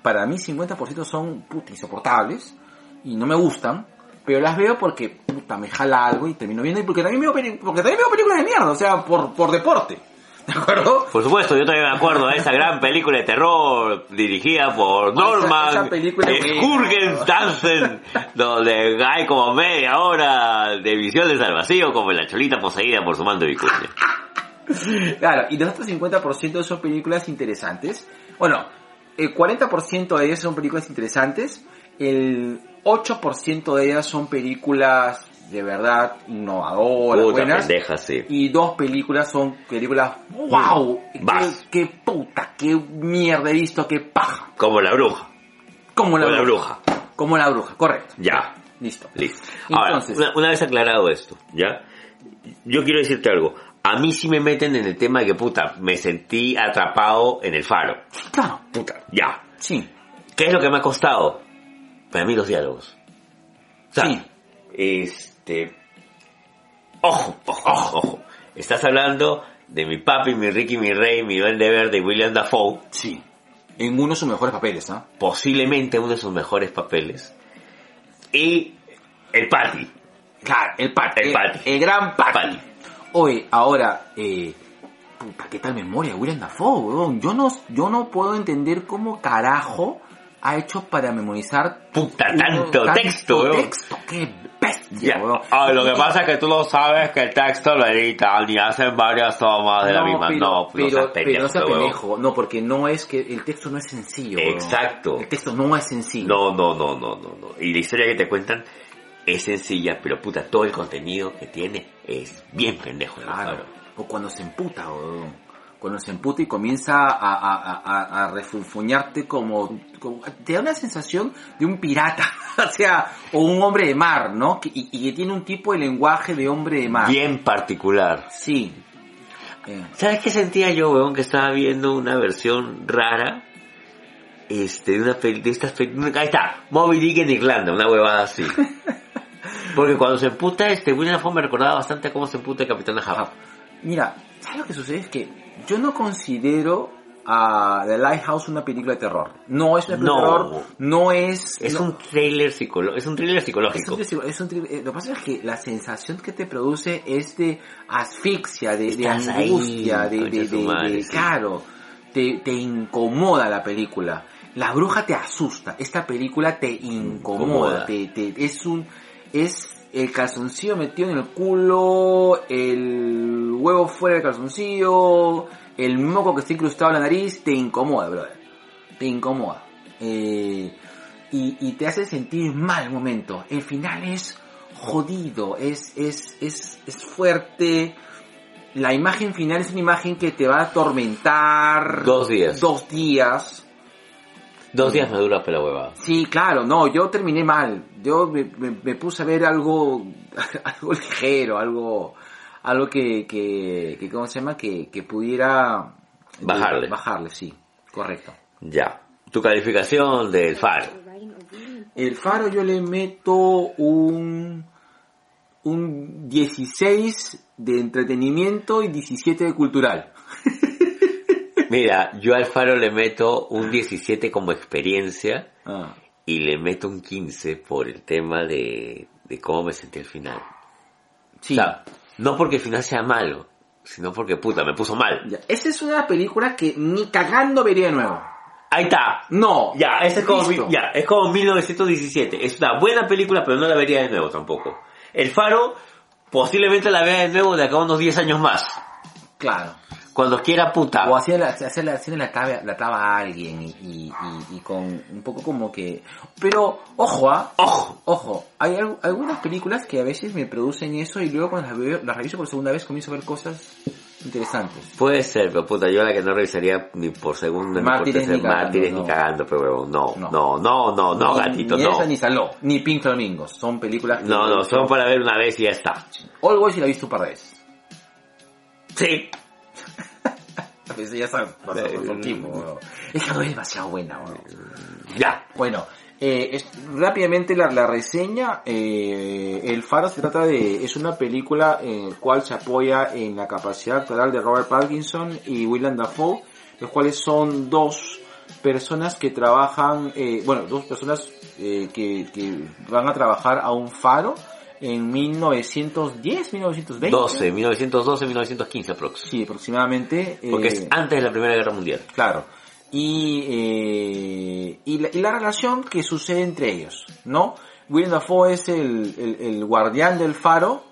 para mí 50% son puta, insoportables y no me gustan, pero las veo porque puta, me jala algo y termino viendo, y porque también veo, peli- porque también veo películas de mierda, o sea, por, por deporte, ¿de acuerdo? Por supuesto, yo también me acuerdo de esa gran película de terror dirigida por Ah, esa- esa Norman película buena. Skurgen Dansen, (laughs) donde hay como media hora de visiones al vacío, como la cholita poseída por su (laughs) mando vicuña. Claro, y los otros 50% son películas interesantes. Bueno, el 40% de ellas son películas interesantes, el 8% de ellas son películas de verdad innovadoras, Puta buenas. pendeja, sí. Y dos películas son películas, wow, Vas. qué, qué puta, qué mierda he visto, qué paja. Como la bruja. Como la, Como la bruja. Como la bruja, correcto. Ya. Listo. Listo. Entonces- Ahora, una, una vez aclarado esto, ¿ya? Yo quiero decirte algo. A mí sí me meten en el tema de que, puta, me sentí atrapado en el faro. Claro, Puta. Ya. sí. ¿Qué es lo que me ha costado? Para mí los diálogos. O sea, Sí. este... Ojo, ojo, ojo, ojo. Estás hablando de mi papi, mi Ricky, mi rey, mi duende verde, William Dafoe. Sí. En uno de sus mejores papeles, ¿ah? Posiblemente uno de sus mejores papeles. Y el Patty. Claro, el Patty. El Patty. El gran Patty. Patty. Oye, ahora, eh, puta, qué tal memoria, William Dafoe, weón. Yo no, yo no puedo entender cómo carajo ha hecho para memorizar Puta, uno- tanto texto, weón. texto, qué bestia, Ya. weón. Ah, lo que pasa es que tú no sabes que el texto lo editan y hacen varias tomas de la misma. no, pero, pero no seas no pendejo, seas huevón. pendejo. No, porque no es que el texto no es sencillo. weón. Exacto. El texto no es sencillo. No, no, no, no, no, no. Y la historia que te cuentan es sencilla, pero puta, todo el contenido que tiene es bien pendejo. ¿no? Claro. O cuando se emputa, weón. Cuando se emputa y comienza a, a, a- a- a refunfuñarte como, como- Te da una sensación de un pirata. (laughs) o sea, o un hombre de mar, ¿no? Que- y, y que tiene un tipo de lenguaje de hombre de mar. Bien particular. Sí. Eh, ¿Sabes qué sentía yo, weón? Que estaba viendo una versión rara. Este, de una peli, de estas peli- Ahí está, Moby Dick en Irlanda, una huevada (laughs) así. Porque cuando se emputa, este, William Dafoe me recordaba bastante cómo se emputa el Capitán Ahab. ah, mira, ¿sabes lo que sucede? Es que yo no considero a The Lighthouse una película de terror. No es una película de No. terror, no es... Es no- un thriller psicológico, es un thriller Es psicológico. un tri- es un tri- eh, lo que pasa es que la sensación que te produce es de asfixia, de, de Estás ahí, angustia, de, de, concha de- su de- madre, sí. claro, te, te incomoda la película. La bruja te asusta, esta película te incomoda, Incomoda. te- te- es un, es el calzoncillo metido en el culo, el huevo fuera del calzoncillo, el moco que está incrustado en la nariz, te incomoda, brother te incomoda eh, y, y te hace sentir mal el momento. El final es jodido, es, es, es, es fuerte. La imagen final es una imagen que te va a atormentar Dos días. dos días. Dos días me dura pero huevada. Sí, claro, no, yo terminé mal. Yo me, me- me puse a ver algo, (laughs) algo ligero, algo, algo que, que, que ¿cómo se llama? Que, que pudiera eh, Bajarle. Bajarle, sí, correcto. Ya. Tu calificación del faro. El faro yo le meto un, un 16 de entretenimiento y 17 de cultural. Mira, yo al faro le meto un 17 como experiencia Ah, y le meto un 15 por el tema de, de cómo me sentí al final. sí. O sea, no porque el final sea malo, sino porque puta, me puso mal. Ya, Esa es una película que ni cagando vería de nuevo. Ahí está. No. Ya, ese es como, Listo. mi- ya, es como 1917. Es una buena película, pero no la vería de nuevo tampoco. El faro posiblemente la vea de nuevo de acá a unos 10 años más. Claro. Cuando quiera puta. O hacer la, hacer la, hacer la, taba, la taba a alguien y, y, y- y con un poco como que... Pero, ojo, ah, Ojo. Ojo, hay al- algunas películas que a veces me producen eso y luego cuando las, veo- las reviso por segunda vez comienzo a ver cosas interesantes. Puede ser, pero puta, yo la que no revisaría ni por segunda, ni por Mártires tercera, ni cagando, mártires ni no. cagando, pero huevón, no, No. no, no, no, no, Ni- gatito, ni no. esa, ni Saló, ni Pink Flamingos. Son películas que... No, no, solo para ver una vez y ya está. Always y la he visto un par de veces. Sí. A veces ya sabes, pasó por Eh, su tiempo, bro. Es que es demasiado buena, bro. Ya. Bueno, eh, es- rápidamente la, la reseña. eh, el Faro se trata de... Es una película en la cual se apoya en la capacidad actoral de Robert Parkinson y Willem Dafoe, los cuales son dos personas que trabajan... eh, bueno, dos personas eh, que, que van a trabajar a un faro en 1910, 1920. 12, 1912, 1915 aprox. Sí, aproximadamente. eh, Porque es antes de la Primera Guerra Mundial. Claro. Y, eh, y, la, y la relación que sucede entre ellos, ¿no? William Dafoe es el, el- el guardián del faro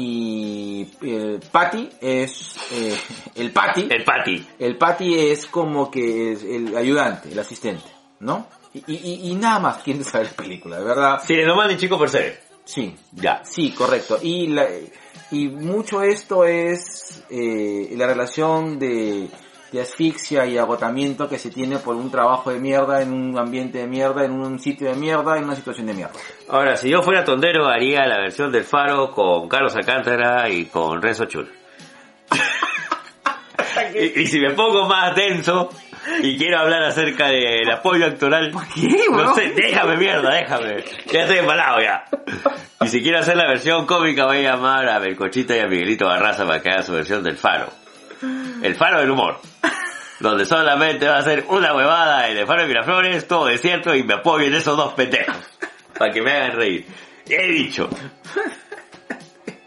y eh, Patty es eh, el Patty. El Patty. El Patty es como que es el ayudante, el asistente, ¿no? Y, y- y- y nada más quieren saber la película, de verdad. Sí, no manden chico per se. Sí, Ya. Sí, correcto. Y, la, y mucho esto es eh, la relación de, de asfixia y agotamiento que se tiene por un trabajo de mierda, en un ambiente de mierda, en un sitio de mierda, en una situación de mierda. Ahora, si yo fuera tondero, haría la versión del faro con Carlos Alcántara y con Renzo Chul. y, y si me pongo más denso, Y quiero hablar acerca del apoyo actoral. ¿Por qué, weón? No sé, déjame mierda, déjame. Ya estoy embalado ya. Y si quiero hacer la versión cómica voy a llamar a Belcochita y a Miguelito Barraza para que haga su versión del faro. El faro del humor. Donde solamente va a ser una huevada en el faro de Miraflores, todo desierto y me apoyo en esos dos pendejos. Para que me hagan reír. He dicho.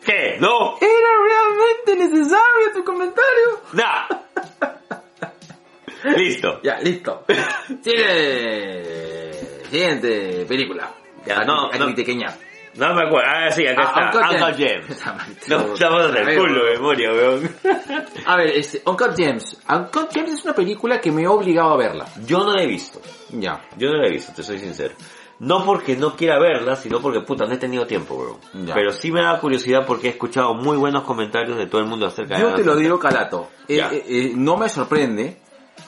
¿Qué? ¿No? Era realmente necesario tu comentario. ¡Da! Listo. Ya, (laughs) listo. Siguiente, siguiente película. Ya, Aquí- no, aquí no. pequeña. No me acuerdo. Ah, sí, acá Ah, está. Uncle Uncle, James. James. (laughs) Esa maldita No, boca. estamos en el Ahí, culo, de memoria, weón. (laughs) A ver, este, Uncut James. Uncut James es una película que me he obligado a verla. Yo no la he visto. Ya, Yo no la he visto, te soy sincero. No porque no quiera verla, sino porque puta, no he tenido tiempo, weón. Ya. Pero sí me da curiosidad porque he escuchado muy buenos comentarios de todo el mundo acerca de Yo te lo Adam Sandler. digo, Calato. Eh, Ya. eh, eh, no me sorprende,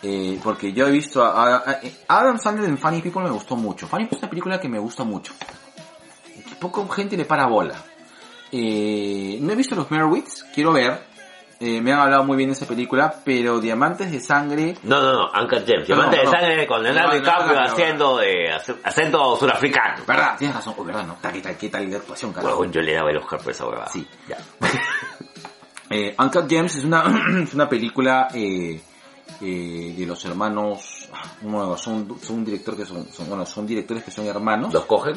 eh, porque yo he visto a, a- a- Adam Sandler en Funny People me gustó mucho. Funny People es una película que me gusta mucho. Poco gente le para bola. Eh, no he visto los Merwits, quiero ver. Eh, me han hablado muy bien de esa película, pero Diamantes de Sangre... No, no, no, Uncle James. No, Diamante no, de no. sangre con Leonardo No, no, DiCaprio no, no, no. haciendo de ac- acento surafricano. ¿Verdad? Tienes razón, oh, ¿verdad? No, Ta- ¿qué tal, qué tal la actuación, carajo? Weón, yo le daba el Oscar por esa huevada. Sí. Ya. (laughs) Eh, Uncut Gems es una, (clears throat) es una película eh, eh, de los hermanos, ah, no, son, son un director que son, son- bueno, son directores que son hermanos. ¿Los cogen?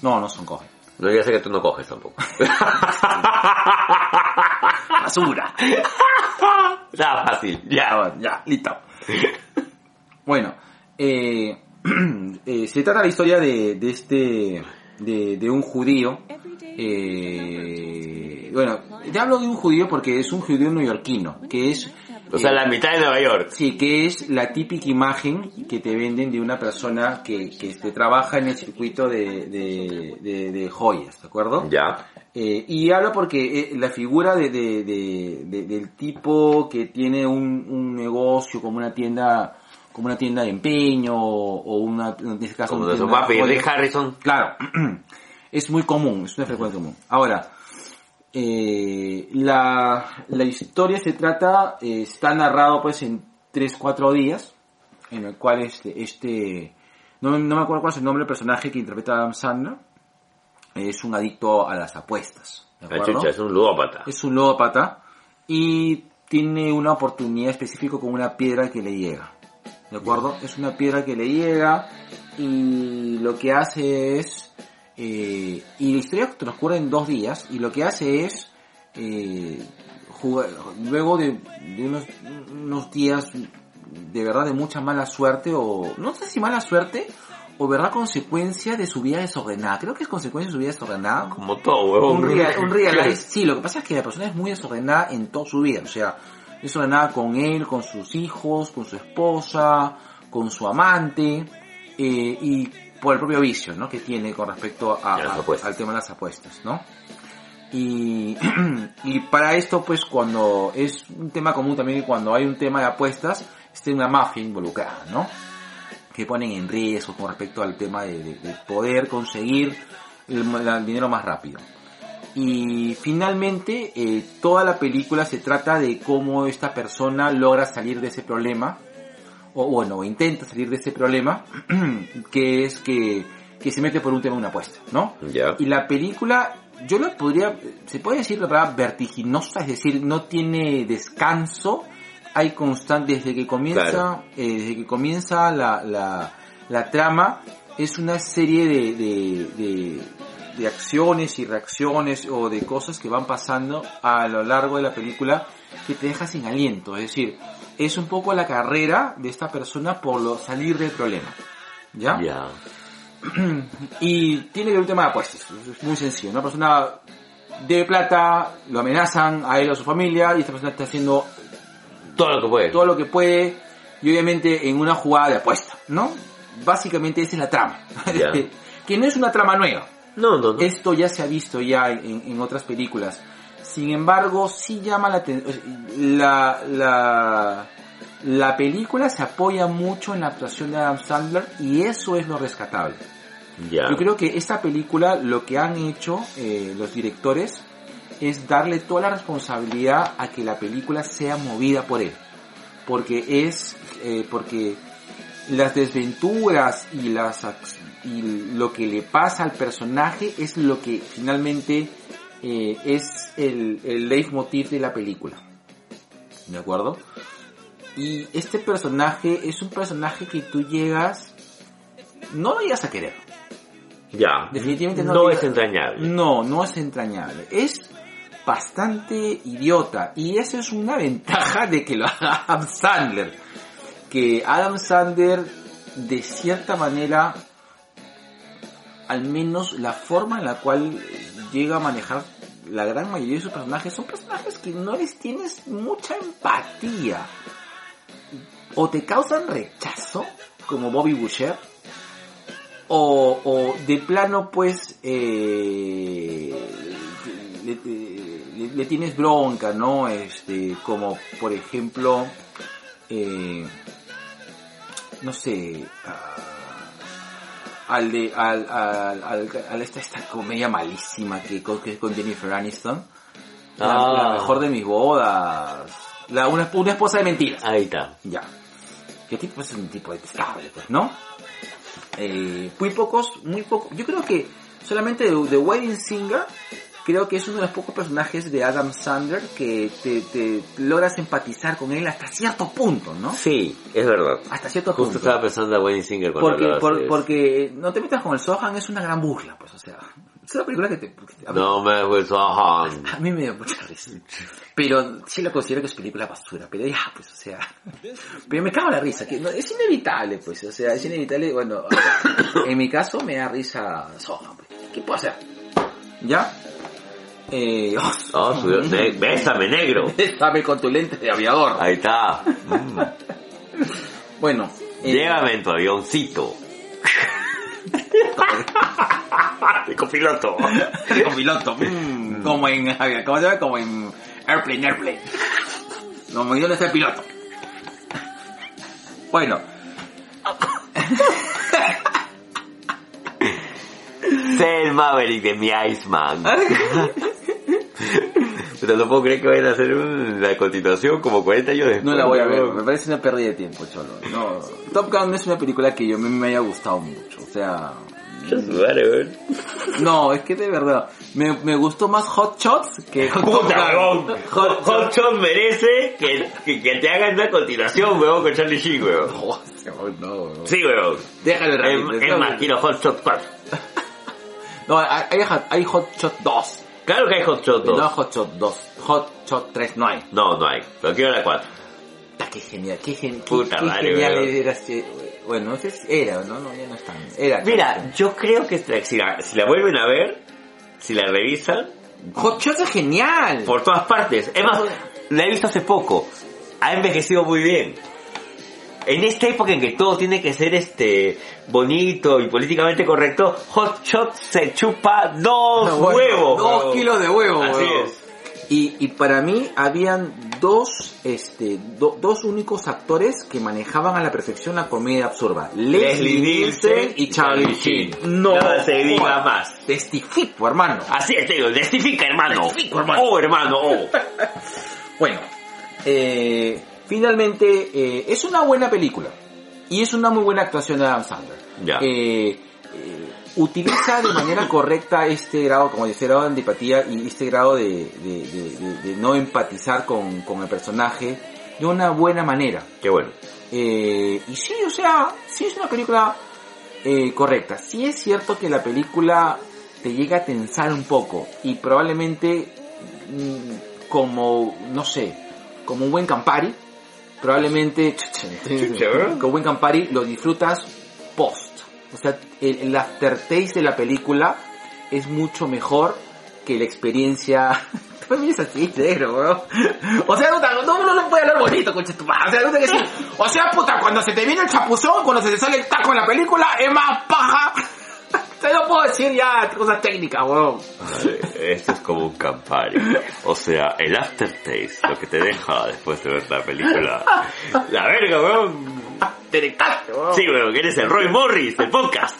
No, no son cogen. No, yo sé que tú no coges (laughs) tampoco. Ah, Basura. Está fácil, (laughs) ya. ya, ya, listo. Bueno, eh, (clears throat) eh, se trata la historia de, de este, de, de un judío. eh, bueno, te hablo de un judío porque es un judío neoyorquino, que es... O sea, eh, la mitad de Nueva York. Sí, que es la típica imagen que te venden de una persona que, que este, trabaja en el circuito de, de, de- de joyas, ¿de acuerdo? Ya. Eh, y hablo porque eh, la figura de, de- de- de- del tipo que tiene un, un negocio como una tienda como una tienda de empeño o, o una en este caso Como una de su tienda papi, joyas. Rick Harrison. Claro, (clears throat) es muy común, es una frecuencia común. Ahora, eh, la, la historia se trata, eh, está narrado pues en 3-4 días, en el cual este, este no, no me acuerdo cuál es el nombre del personaje que interpreta a Adam Sandler, es un adicto a las apuestas. ¿de La acuerdo? chucha, es un ludópata. Es un ludópata y tiene una oportunidad específica con una piedra que le llega. ¿De acuerdo? Es una piedra que le llega y lo que hace es... eh, y la historia transcurre en dos días y lo que hace es... eh, jugar- luego de, de unos, unos días de verdad de mucha mala suerte o... No sé si mala suerte o verdad consecuencia de su vida desordenada. Creo que es consecuencia de su vida desordenada Como todo, un huevón. real, un realize, sí, lo que pasa es que la persona es muy desordenada en toda su vida, o sea, desordenada con él, con sus hijos, con su esposa, con su amante, eh, y por el propio vicio, ¿no? Que tiene con respecto a, De las a- apuestas. al tema de las apuestas, ¿no? Y, (clears throat) y para esto, pues, cuando es un tema común también que cuando hay un tema de apuestas, esté una mafia involucrada, ¿no? que ponen en riesgo con respecto al tema de, de- de poder conseguir el, la- el dinero más rápido. Y finalmente, eh, toda la película se trata de cómo esta persona logra salir de ese problema, o bueno, intenta salir de ese problema, (clears throat) que es que, que se mete por un tema de una apuesta, ¿no? Ya. Y la película, yo la podría, se puede decir la palabra vertiginosa, es decir, no tiene descanso, hay constante, desde que comienza, Claro. eh, desde que comienza la, la, la trama, es una serie de, de, de, de acciones y reacciones o de cosas que van pasando a lo largo de la película que te deja sin aliento, es decir, es un poco la carrera de esta persona por lo, salir del problema. ¿Ya? Ya. Y tiene que ver un tema de apuestas. Es muy sencillo. Una persona debe plata, lo amenazan a él o a su familia y esta persona está haciendo Todo lo que puede. todo lo que puede y obviamente en una jugada de apuesta, ¿no? Básicamente esa es la trama. Ya. (laughs) que no es una trama nueva. No, no, no. Esto ya se ha visto ya en, en otras películas. Sin embargo, sí llama la atención. La, la, la película se apoya mucho en la actuación de Adam Sandler y eso es lo rescatable. Ya. Yo creo que esta película lo que han hecho eh, los directores es darle toda la responsabilidad a que la película sea movida por él. porque es, eh, porque las desventuras y las ac- y lo que le pasa al personaje es lo que finalmente eh, es el, el leitmotiv de la película. ¿De acuerdo? Y este personaje es un personaje que tú llegas, no lo llegas a querer. Ya. Definitivamente no no tiene- es entrañable. No, no es entrañable. Es bastante idiota. Y esa es una (laughs) ventaja de que lo haga Adam Sandler. Que Adam Sandler, de cierta manera, al menos la forma en la cual llega a manejar la gran mayoría de sus personajes, son personajes que no les tienes mucha empatía. O te causan rechazo, como Bobby Boucher, o, o de plano pues eh, le, le- le tienes bronca, ¿no? Este, como por ejemplo, eh, no sé, ah, al de, al, al, al- al- esta, esta comedia malísima que, con- que es con Jennifer Aniston, la, Ah. la mejor de mis bodas, la, una, una esposa de mentiras. Ahí está. Ya. ¿Qué tipo Pues es un tipo detestable, pues, no? Eh, muy pocos, muy pocos. Yo creo que solamente The, The Wedding Singer, creo que es uno de los pocos personajes de Adam Sandler que te, te logras empatizar con él hasta cierto punto, ¿no? Sí, es verdad. Hasta cierto Justo punto. estaba pensando a Wayne Singer cuando porque, hablabas por- de eso. porque no te metas con el Sohan, es una gran burla, pues, o sea. Es una película que te... que te- a mí- No me fue Sohan. (laughs) A mí me dio mucha risa. Pero sí la considero que es película basura. Pero ya, pues, o sea... Pero me cago en la risa. Que no- es inevitable, pues. O sea, es inevitable. Bueno, en mi caso me da risa Sohan. pues. ¿Qué puedo hacer? ¿Ya? Eh... Oh, subió. Ne- Bésame, negro. (laughs) Dame con tu lente de aviador. Ahí está. Mm. Bueno. eh, Llévame en (laughs) tu (laughs) avioncito. De copiloto. (laughs) con piloto. Mm, como en avión, ¿cómo se llama? Como en Airplane, Airplane. No me dio ese piloto. Bueno. Sé el Maverick de mi Iceman. Pero no puedo creer que vayan a hacer un- la continuación como 40 años después. No la voy a ver, me parece una pérdida de tiempo, cholo. No, Top Gun no es una película que yo me, me haya gustado mucho, o sea... Yo sudaré, weón. No, es que de verdad, me, me gustó más Hot Shots (laughs) que Top Puta, Gun. weón. Hot Shots. Hodgson merece que, que, que te hagan una continuación, weón, con Charlie Sheen, weón. Oh, weón, no, weón. Sí, weón. Déjalo, Es, Ramírez, es no, más, quiero Hot Shot 4. No, hay, hay Hot- hay Hot Shot 2. Claro que hay Hot Shot No 2. Hot Shot 2. Hot Shot 3 no hay. No, no hay. Lo quiero la 4. Puta, qué genial, qué, gen- qué- Puta qué madre, genial weón. era ese- Bueno, no sé si era, no, no, ya no está. Era. Mira, yo creo que si la, si la vuelven a ver, si la revisan, Hot Shots es genial. por todas partes. Es más, la he visto hace poco. Ha envejecido muy bien. En esta época en que todo tiene que ser este bonito y políticamente correcto, Hot Shot se chupa dos No, bueno, huevos. Dos huevón. kilos de huevo, Así huevón. es. Y, y para mí habían dos, este, do- dos únicos actores que manejaban a la perfección la comedia absurda. Leslie Nielsen y Charlie Sheen. Nada se diga más. Testifico, hermano. Así es, te digo, testifica, hermano. Testifico, hermano. Oh, hermano, oh. Bueno, eh, finalmente eh, es una buena película y es una muy buena actuación de Adam Sandler. Ya. Eh, eh, utiliza de manera correcta este grado, como dice, grado de antipatía y este grado de, de- de- de- de no empatizar con, con el personaje de una buena manera. Qué bueno. Eh, y sí, o sea, sí es una película eh, correcta. Sí es cierto que la película te llega a tensar un poco y probablemente mm, como, no sé, como un buen Campari, probablemente como un buen Campari lo disfrutas post. O sea, el, el aftertaste de la película es mucho mejor que la experiencia... (laughs) Tú me miras así, negro, weón. O sea, puta, no, no, no puede hablar bonito, concha tu madre. O sea, puta, que sí. O sea, puta, cuando se te viene el chapuzón, cuando se te sale el taco en la película, es más paja. (laughs) Te lo puedo decir ya, cosas técnicas, weón. Vale, Esto es como un campari. O sea, el aftertaste, lo que te deja después de ver la película. La verga, weón. Te decaste, weón. Sí, weón, que eres el Roy Morris del podcast.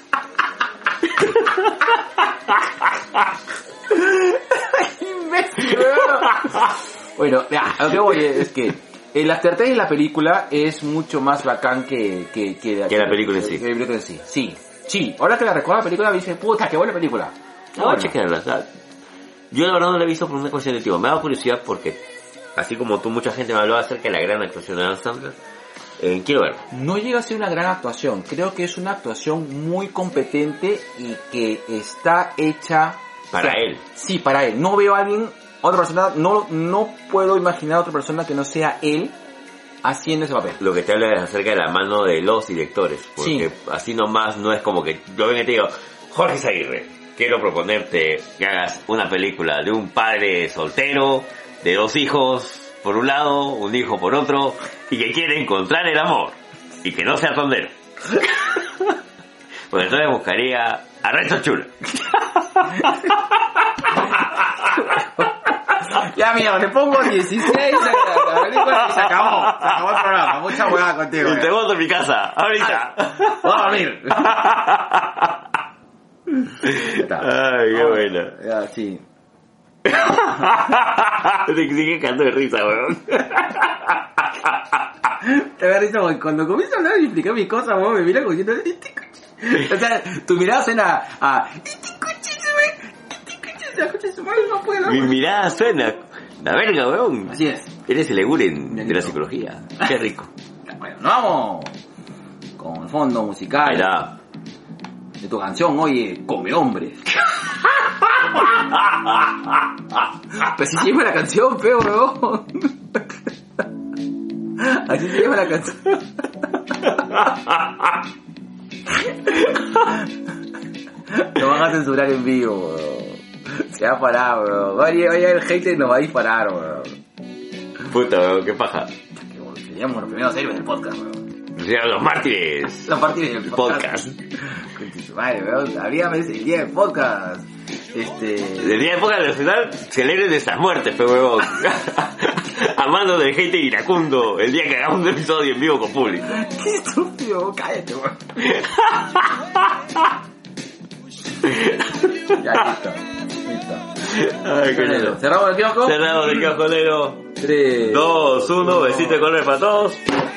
(laughs) imbécil, weón. Bueno, ya, a lo que voy es que El aftertaste de la película es mucho más bacán que, que, Que la película en sí. que la película en sí. Sí, sí. Ahora que la recuerdo la película, me dice, puta, qué buena película. No, Bueno. chequenla, o sea, Yo la verdad no la he visto por una cuestión de tiempo. Me da curiosidad porque, así como tú, mucha gente me habló acerca de la gran actuación de Adam Sandler. eh, quiero ver. No llega a ser una gran actuación. Creo que es una actuación muy competente y que está hecha Para o sea, él. Sí, para él. No veo a alguien, a otra persona, no, no puedo imaginar a otra persona que no sea él haciendo ese papel. Lo que te habla es acerca de la mano de los directores. Porque así nomás no es como que yo vengo y te digo, Jorge Zaguirre, quiero proponerte que hagas una película de un padre soltero, de dos hijos por un lado, un hijo por otro, y que quiere encontrar el amor. Y que no sea tondero. Porque entonces buscaría a Reto Chulo. Ya, mira, le pongo 16 a la película y se acabó. Se acabó el programa. Mucha hueá contigo. Y te voto en mi casa, ahorita. Vamos a dormir. Ay, Ah. qué bueno. (laughs) (laughs) Ya, sí. Te sigue cantando de risa, weón. Te agarré eso, güey. cuando comienzo a hablar y explicar mis cosas, güey, me mira como diciendo, "Este cuchi-". O sea, tu mirada suena a, este cuchi, güey, este cuchi, la concha de su madre, no puedo. Mi mirada suena. La verga, weón. Así es. Eres el Eguren de la Bienito. (laughs) psicología. Qué rico. Bueno, nos vamos con el fondo musical Ahí está. de tu canción, oye, Come Hombre. Pues así se llama la canción, feo, weón. Así se llama la canción. Lo van a censurar en vivo, weón. Se va a parar, weón. Oye, oye, el hate nos va a disparar, weón. Puta, weón, qué paja. Seríamos los primeros héroes del podcast, weón. Sean los mártires. La parte del El podcast. podcast. Conche su madre, weón. Abríame el día del podcast. Este. El día de época nacional celebren nuestras muertes, pe (laughs) huevón. A mano del gente iracundo, el día que hagamos un episodio en vivo con público. Qué estúpido, cállate, weón. Ya, listo. Listo. Ay, qué lindo. Cerramos el kiosco. Cerrado del kiosconero. Tres. Dos, uno, besito de color para todos.